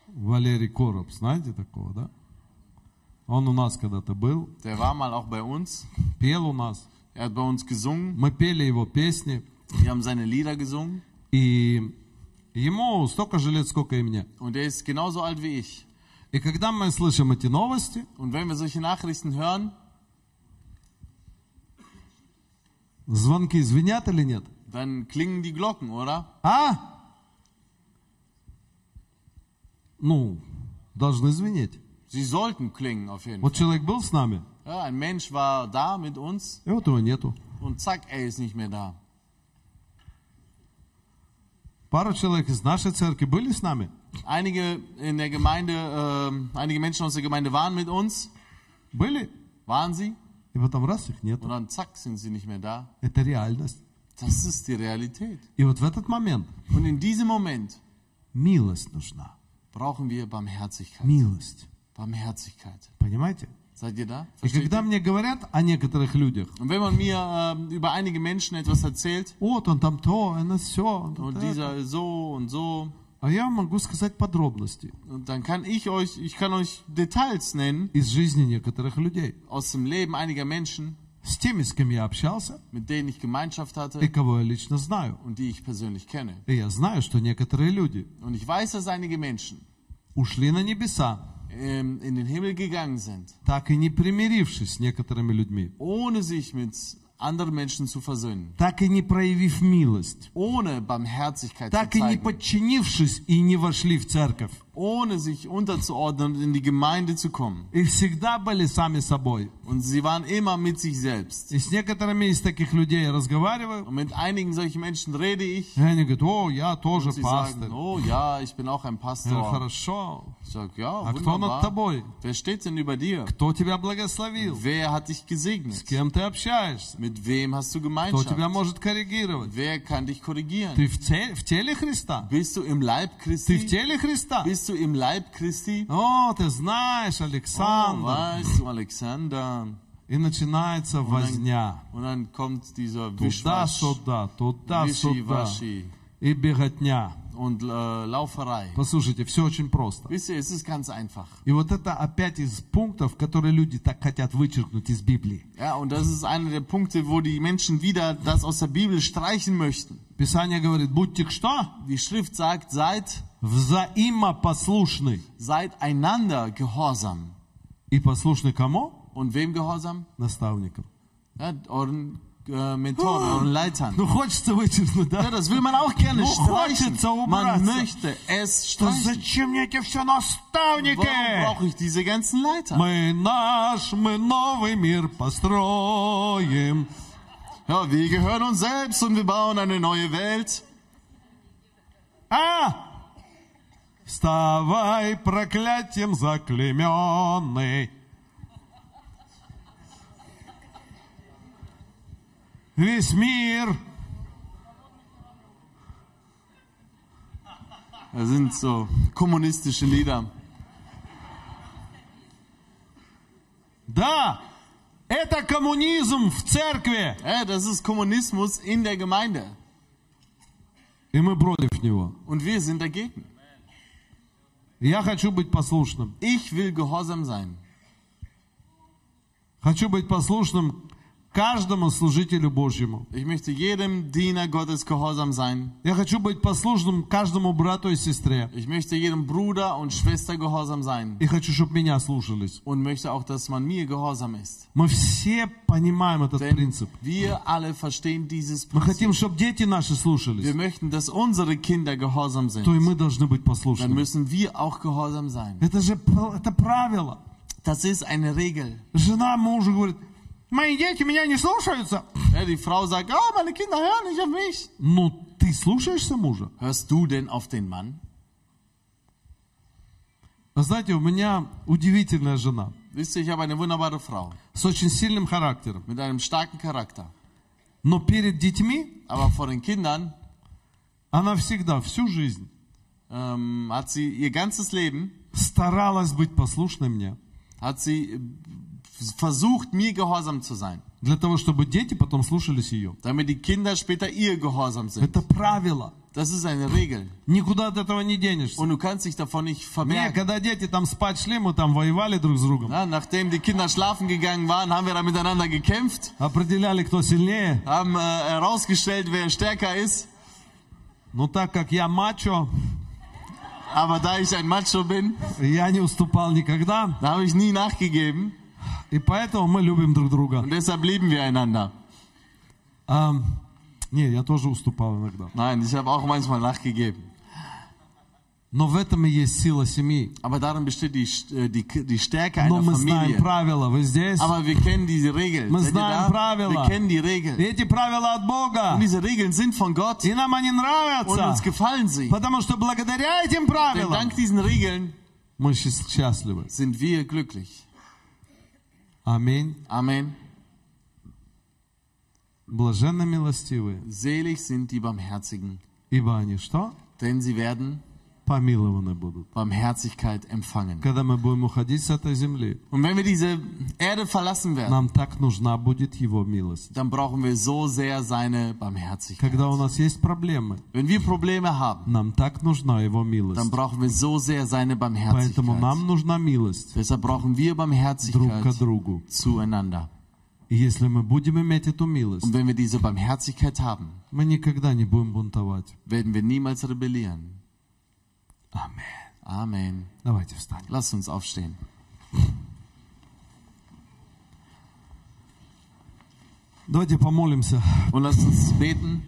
Speaker 1: Валерий Короб, знаете такого, да? Он у нас когда-то был,
Speaker 2: Der war mal auch bei uns.
Speaker 1: пел у нас.
Speaker 2: Er hat bei uns gesungen.
Speaker 1: Мы пели его песни,
Speaker 2: Wir haben seine Lieder gesungen.
Speaker 1: и ему столько же лет, сколько и мне.
Speaker 2: Und er ist genauso alt wie ich.
Speaker 1: И когда мы слышим эти новости,
Speaker 2: Und wenn wir solche Nachrichten hören,
Speaker 1: звонки звенят или нет?
Speaker 2: dann klingen die Glocken, oder?
Speaker 1: А? Ну, должны звенеть.
Speaker 2: Sie sollten klingen auf jeden Fall.
Speaker 1: Вот человек был с нами,
Speaker 2: Ja, ein Mensch war da mit uns
Speaker 1: и вот его нету.
Speaker 2: und zack, er ist nicht mehr da.
Speaker 1: Пару человек из нашей церкви были с нами.
Speaker 2: Einige in der Gemeinde, ähm, einige Menschen aus der Gemeinde waren mit uns,
Speaker 1: Были.
Speaker 2: waren sie,
Speaker 1: И потом раз их нет.
Speaker 2: und dann zack sind sie nicht mehr da.
Speaker 1: Это реальность.
Speaker 2: Das ist die Realität.
Speaker 1: И вот в этот момент
Speaker 2: Und in diesem Moment
Speaker 1: милость нужна.
Speaker 2: brauchen wir Barmherzigkeit.
Speaker 1: Милость.
Speaker 2: Barmherzigkeit.
Speaker 1: Понимаете?
Speaker 2: Seid ihr da?
Speaker 1: И
Speaker 2: Versteht
Speaker 1: когда
Speaker 2: ihr?
Speaker 1: мне говорят о некоторых людях,
Speaker 2: Und wenn man mir ähm, über einige Menschen etwas erzählt,
Speaker 1: вот он там то, это все,
Speaker 2: und dieser so und so,
Speaker 1: а я могу сказать подробности
Speaker 2: und dann kann ich euch, ich kann euch Details nennen
Speaker 1: из жизни некоторых людей,
Speaker 2: aus dem Leben einiger Menschen,
Speaker 1: с теми, с кем я общался
Speaker 2: mit denen ich Gemeinschaft
Speaker 1: и
Speaker 2: hatte
Speaker 1: кого я лично знаю.
Speaker 2: und die ich persönlich kenne.
Speaker 1: И я знаю, что некоторые люди
Speaker 2: Und ich weiß, dass einige Menschen
Speaker 1: ушли на небеса,
Speaker 2: ähm, in den Himmel gegangen sind,
Speaker 1: так и не примирившись с некоторыми людьми,
Speaker 2: ohne sich mit anderen Menschen zu versöhnen,
Speaker 1: так и не проявив милость,
Speaker 2: ohne Barmherzigkeit zu
Speaker 1: так и не
Speaker 2: zeigen,
Speaker 1: подчинившись и не вошли в церковь.
Speaker 2: ohne sich unterzuordnen und in die Gemeinde zu kommen.
Speaker 1: И всегда были сами собой.
Speaker 2: Und sie waren immer mit sich selbst.
Speaker 1: И с некоторыми из таких людей я разговариваю,
Speaker 2: Und mit einigen solchen Menschen rede ich.
Speaker 1: и они говорят, о, я тоже
Speaker 2: Und sie sagen,
Speaker 1: пастор.
Speaker 2: oh ja, ich bin auch ein
Speaker 1: Я говорю,
Speaker 2: Pastor.
Speaker 1: хорошо,
Speaker 2: Ich sage, ja,
Speaker 1: а кто над
Speaker 2: wunderbar.
Speaker 1: тобой?
Speaker 2: Wer steht denn über dir?
Speaker 1: Кто тебя благословил?
Speaker 2: Wer hat dich
Speaker 1: С
Speaker 2: gesegnet?
Speaker 1: кем ты общаешься?
Speaker 2: Mit wem hast du
Speaker 1: Кто тебя
Speaker 2: Gemeinschaft?
Speaker 1: может коррегировать?
Speaker 2: Wer kann dich korrigieren?
Speaker 1: Ты в, те- в теле Христа?
Speaker 2: Bist du im Leib
Speaker 1: Ты в
Speaker 2: Christi?
Speaker 1: теле Христа?
Speaker 2: Bist du im Leib Christi?
Speaker 1: О, ты знаешь,
Speaker 2: Oh,
Speaker 1: Александр.
Speaker 2: weißt du, Alexander.
Speaker 1: И начинается возня.
Speaker 2: Und dann kommt dieser Wischwasch,
Speaker 1: Туда-сюда, туда-сюда.
Speaker 2: Wischiwaschi
Speaker 1: И беготня.
Speaker 2: und äh, Lauferei.
Speaker 1: Послушайте, все очень просто.
Speaker 2: Wisst ihr, es ist ganz einfach.
Speaker 1: И вот это опять из пунктов, которые люди так хотят вычеркнуть из Библии.
Speaker 2: Ja, und das ist einer der Punkte, wo die Menschen wieder das aus der Bibel streichen möchten.
Speaker 1: Писание говорит, будьте что?
Speaker 2: Die Schrift sagt, seid,
Speaker 1: Взаимопослушны.
Speaker 2: seid einander gehorsam.
Speaker 1: И послушны кому?
Speaker 2: Und wem gehorsam?
Speaker 1: Наставникам.
Speaker 2: Ja, euren äh, Mentoren, euren Leitern.
Speaker 1: Ну хочется вычеркнуть,
Speaker 2: Ja,
Speaker 1: да?
Speaker 2: das will man auch gerne
Speaker 1: Oh,
Speaker 2: streichen.
Speaker 1: хочется
Speaker 2: Man
Speaker 1: убраться.
Speaker 2: möchte es
Speaker 1: Да
Speaker 2: streichen.
Speaker 1: зачем мне эти все
Speaker 2: Warum
Speaker 1: наставники?
Speaker 2: brauche ich diese ganzen Leiter?
Speaker 1: Мы наш, мы новый мир построим.
Speaker 2: Ja, wir gehören uns selbst und wir bauen eine neue Welt.
Speaker 1: А! Вставай, проклятием заклеменный. Весь мир.
Speaker 2: Das sind so kommunistische Lieder.
Speaker 1: Да, это коммунизм в церкви.
Speaker 2: Ja, das ist Kommunismus in der Gemeinde.
Speaker 1: И мы против него.
Speaker 2: Und wir sind dagegen.
Speaker 1: Я хочу быть послушным.
Speaker 2: Ich will gehorsam sein.
Speaker 1: Хочу быть послушным каждому служителю Божьему.
Speaker 2: Ich möchte jedem Diener Gottes gehorsam sein.
Speaker 1: Я хочу быть послушным каждому брату и сестре.
Speaker 2: Ich möchte jedem Bruder und Schwester gehorsam sein.
Speaker 1: И хочу, чтобы меня слушались.
Speaker 2: Und möchte auch, dass man mir gehorsam ist.
Speaker 1: Мы все понимаем этот
Speaker 2: Denn
Speaker 1: принцип.
Speaker 2: wir alle verstehen dieses
Speaker 1: Мы
Speaker 2: Prinzip.
Speaker 1: хотим, чтобы дети наши
Speaker 2: Wir
Speaker 1: слушались.
Speaker 2: möchten, dass unsere Kinder gehorsam sind.
Speaker 1: То и мы должны быть
Speaker 2: Dann
Speaker 1: послушными.
Speaker 2: müssen wir auch gehorsam sein.
Speaker 1: Это же пр- это правило.
Speaker 2: Das ist eine Regel.
Speaker 1: Жена мужу говорит, мои дети меня не слушаются.
Speaker 2: Ja, die Frau sagt, oh, meine Kinder hören nicht auf mich.
Speaker 1: Ну, ты слушаешься мужа?
Speaker 2: Hörst du denn auf den Mann?
Speaker 1: Вы А Знаете, у меня удивительная жена
Speaker 2: Wisst ihr, ich habe eine wunderbare Frau
Speaker 1: с очень сильным характером.
Speaker 2: mit einem starken Charakter.
Speaker 1: Но перед детьми
Speaker 2: Aber vor den Kindern
Speaker 1: она всегда, всю жизнь
Speaker 2: ähm, hat sie ihr ganzes Leben
Speaker 1: старалась быть послушной мне.
Speaker 2: hat sie äh, versucht, mir gehorsam zu sein,
Speaker 1: Для того, чтобы дети потом слушались ее.
Speaker 2: damit die Kinder später ihr gehorsam sind.
Speaker 1: Это правило.
Speaker 2: Das ist eine Regel
Speaker 1: Никуда от этого не денешься.
Speaker 2: und du kannst dich davon nicht
Speaker 1: Не,
Speaker 2: vermerken.
Speaker 1: когда дети там спать шли, мы там воевали друг с другом.
Speaker 2: Na, nachdem die Kinder schlafen gegangen waren, haben wir da miteinander gekämpft,
Speaker 1: Определяли, кто сильнее.
Speaker 2: haben äh, herausgestellt, wer stärker ist.
Speaker 1: Но так как я мачо,
Speaker 2: Aber da ich ein Macho bin,
Speaker 1: я не уступал никогда.
Speaker 2: da habe ich nie nachgegeben
Speaker 1: И поэтому мы любим друг друга.
Speaker 2: und deshalb lieben wir einander.
Speaker 1: Ам, не, я тоже уступал иногда.
Speaker 2: Nein, ich habe auch manchmal nachgegeben.
Speaker 1: Но в этом и есть сила семьи.
Speaker 2: Aber darin besteht die, äh, die, die Stärke
Speaker 1: Но
Speaker 2: einer
Speaker 1: мы знаем
Speaker 2: Familie.
Speaker 1: правила. Вы здесь?
Speaker 2: Aber wir kennen diese Regeln.
Speaker 1: Мы
Speaker 2: Seid ihr
Speaker 1: знаем
Speaker 2: da?
Speaker 1: правила.
Speaker 2: Wir kennen die
Speaker 1: И
Speaker 2: Regeln.
Speaker 1: эти правила от Бога.
Speaker 2: Und diese Regeln sind von Gott
Speaker 1: И нам они
Speaker 2: und uns
Speaker 1: нравятся.
Speaker 2: gefallen sie.
Speaker 1: Потому что благодаря этим
Speaker 2: Denn
Speaker 1: правилам
Speaker 2: dank diesen Regeln
Speaker 1: мы счаст- счастливы.
Speaker 2: sind wir glücklich.
Speaker 1: Аминь.
Speaker 2: Amen.
Speaker 1: Блаженно милостивые,
Speaker 2: Selig sind die Barmherzigen,
Speaker 1: ибо они что?
Speaker 2: denn sie werden
Speaker 1: Помилованы будут.
Speaker 2: Barmherzigkeit empfangen.
Speaker 1: Когда мы будем уходить с этой земли,
Speaker 2: Und wenn wir diese Erde verlassen werden,
Speaker 1: нам так нужна будет Его милость.
Speaker 2: dann brauchen wir so sehr seine Barmherzigkeit.
Speaker 1: Когда у нас есть проблемы,
Speaker 2: Wenn wir Probleme haben,
Speaker 1: нам так нужна Его
Speaker 2: dann
Speaker 1: милость.
Speaker 2: brauchen wir so sehr seine
Speaker 1: Поэтому
Speaker 2: Barmherzigkeit.
Speaker 1: нам нужна милость
Speaker 2: Deshalb brauchen wir
Speaker 1: друг к
Speaker 2: Barmherzigkeit
Speaker 1: другу.
Speaker 2: zueinander.
Speaker 1: И если мы будем иметь эту милость,
Speaker 2: Und wenn wir diese Barmherzigkeit haben,
Speaker 1: мы никогда не будем бунтовать.
Speaker 2: werden wir niemals rebellieren.
Speaker 1: Аминь.
Speaker 2: Amen.
Speaker 1: Давайте встанем.
Speaker 2: Lasst uns aufstehen.
Speaker 1: Давайте помолимся.
Speaker 2: Und lasst uns beten.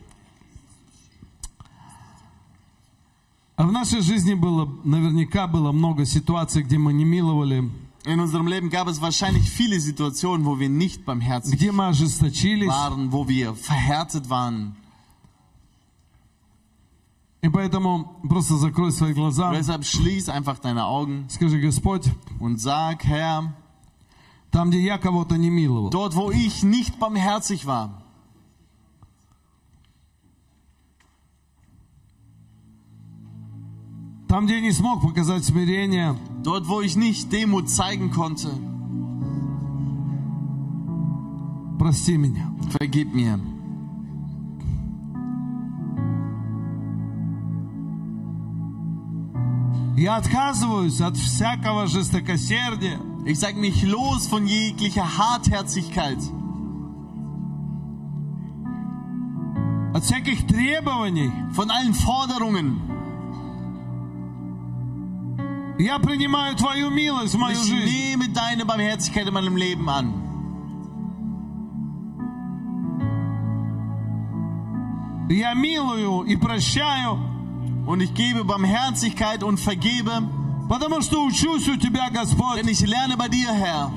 Speaker 1: А в нашей жизни было, наверняка было много ситуаций, где мы не миловали,
Speaker 2: In unserem Leben gab es wahrscheinlich viele Situationen, wo wir nicht barmherzig
Speaker 1: где мы ожесточились.
Speaker 2: waren, wo wir verhärtet waren.
Speaker 1: И поэтому просто закрой свои
Speaker 2: Und
Speaker 1: глаза.
Speaker 2: deshalb schließ einfach deine Augen
Speaker 1: Скажи, Господь,
Speaker 2: und sag, Herr,
Speaker 1: там, где я кого-то не миловал,
Speaker 2: dort wo ich nicht barmherzig war,
Speaker 1: там, где я не смог показать смирение,
Speaker 2: dort wo ich nicht Demut zeigen konnte,
Speaker 1: прости меня.
Speaker 2: vergib mir.
Speaker 1: Я отказываюсь от всякого жестокосердия.
Speaker 2: Ich sag mich los von jeglicher Hartherzigkeit,
Speaker 1: от всяких требований.
Speaker 2: von allen Forderungen.
Speaker 1: Я принимаю Твою милость в мою
Speaker 2: Ich
Speaker 1: жизнь.
Speaker 2: nehme deine Barmherzigkeit in meinem Leben an.
Speaker 1: Я милую и прощаю,
Speaker 2: Und ich gebe Barmherzigkeit und vergebe,
Speaker 1: потому что учусь у Тебя, Господь,
Speaker 2: denn ich lerne bei dir, Herr.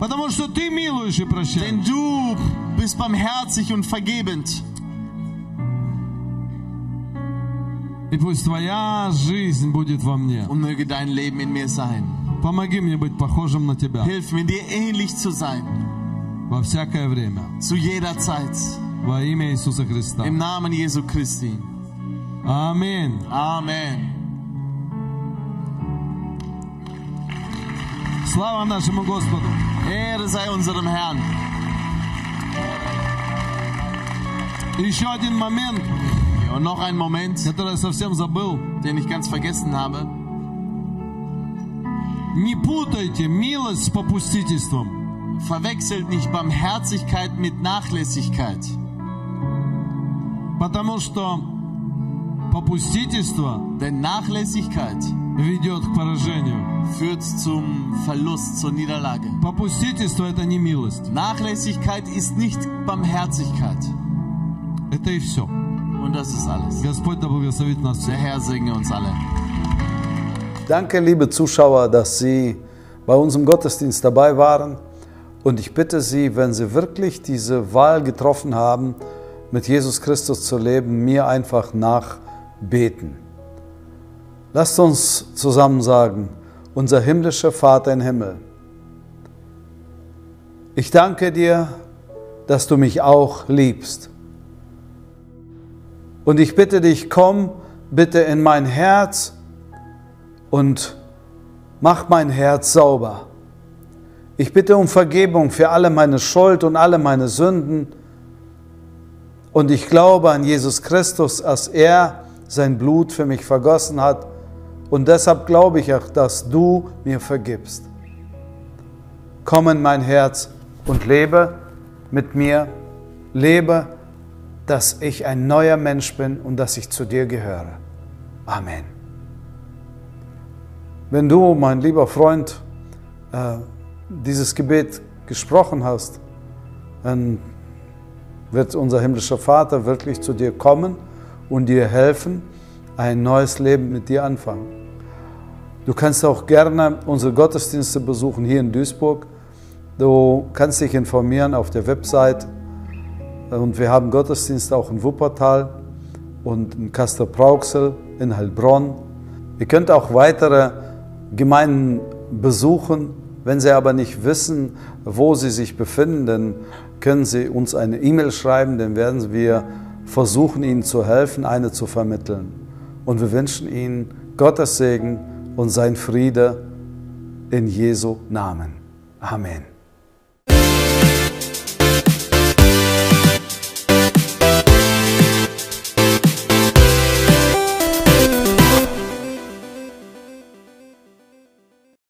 Speaker 1: потому что Ты милуешь и
Speaker 2: Denn
Speaker 1: прощаешь.
Speaker 2: du bist barmherzig und vergebend.
Speaker 1: И пусть Твоя жизнь будет во мне.
Speaker 2: Und möge dein Leben in mir sein.
Speaker 1: Помоги мне быть похожим на Тебя
Speaker 2: Hilf mir, dir ähnlich zu sein,
Speaker 1: во всякое время.
Speaker 2: zu jeder Zeit.
Speaker 1: Во имя Иисуса Христа.
Speaker 2: Im Namen Jesu Christi.
Speaker 1: Аминь.
Speaker 2: Amen.
Speaker 1: Слава нашему Господу.
Speaker 2: Ehre sei unserem Herrn.
Speaker 1: И еще один момент,
Speaker 2: Und noch ein Moment,
Speaker 1: который я совсем забыл.
Speaker 2: den ich ganz vergessen habe.
Speaker 1: Не путайте милость с попустительством.
Speaker 2: Verwechselt nicht Barmherzigkeit mit Nachlässigkeit.
Speaker 1: Потому что попустительство –
Speaker 2: Denn Nachlässigkeit
Speaker 1: ведет к поражению.
Speaker 2: führt zum Verlust, zur Niederlage.
Speaker 1: Попустительство – это не милость.
Speaker 2: Nachlässigkeit ist nicht Barmherzigkeit.
Speaker 1: Это и все.
Speaker 2: Und das ist alles.
Speaker 1: Господь да благословит нас всех.
Speaker 2: Der Herr segne uns alle.
Speaker 4: Danke, liebe Zuschauer, dass Sie bei unserem Gottesdienst dabei waren. Und ich bitte Sie, wenn Sie wirklich diese Wahl getroffen haben, mit Jesus Christus zu leben, mir einfach nachbeten. Lasst uns zusammen sagen, unser himmlischer Vater im Himmel, ich danke dir, dass du mich auch liebst. Und ich bitte dich, komm bitte in mein Herz und mach mein Herz sauber. Ich bitte um Vergebung für alle meine Schuld und alle meine Sünden. Und ich glaube an Jesus Christus, als er sein Blut für mich vergossen hat. Und deshalb glaube ich auch, dass du mir vergibst. Komm in mein Herz und lebe mit mir. Lebe, dass ich ein neuer Mensch bin und dass ich zu dir gehöre. Amen. Wenn du, mein lieber Freund, äh, dieses Gebet gesprochen hast, dann wird unser himmlischer Vater wirklich zu dir kommen und dir helfen, ein neues Leben mit dir anfangen. Du kannst auch gerne unsere Gottesdienste besuchen hier in Duisburg. Du kannst dich informieren auf der Website. Und wir haben Gottesdienste auch in Wuppertal und in Kastor-Prauxel, in Heilbronn. Ihr könnt auch weitere Gemeinden besuchen. Wenn Sie aber nicht wissen, wo Sie sich befinden, dann können Sie uns eine E-Mail schreiben, dann werden wir versuchen, Ihnen zu helfen, eine zu vermitteln. Und wir wünschen Ihnen Gottes Segen und sein Friede in Jesu Namen. Amen.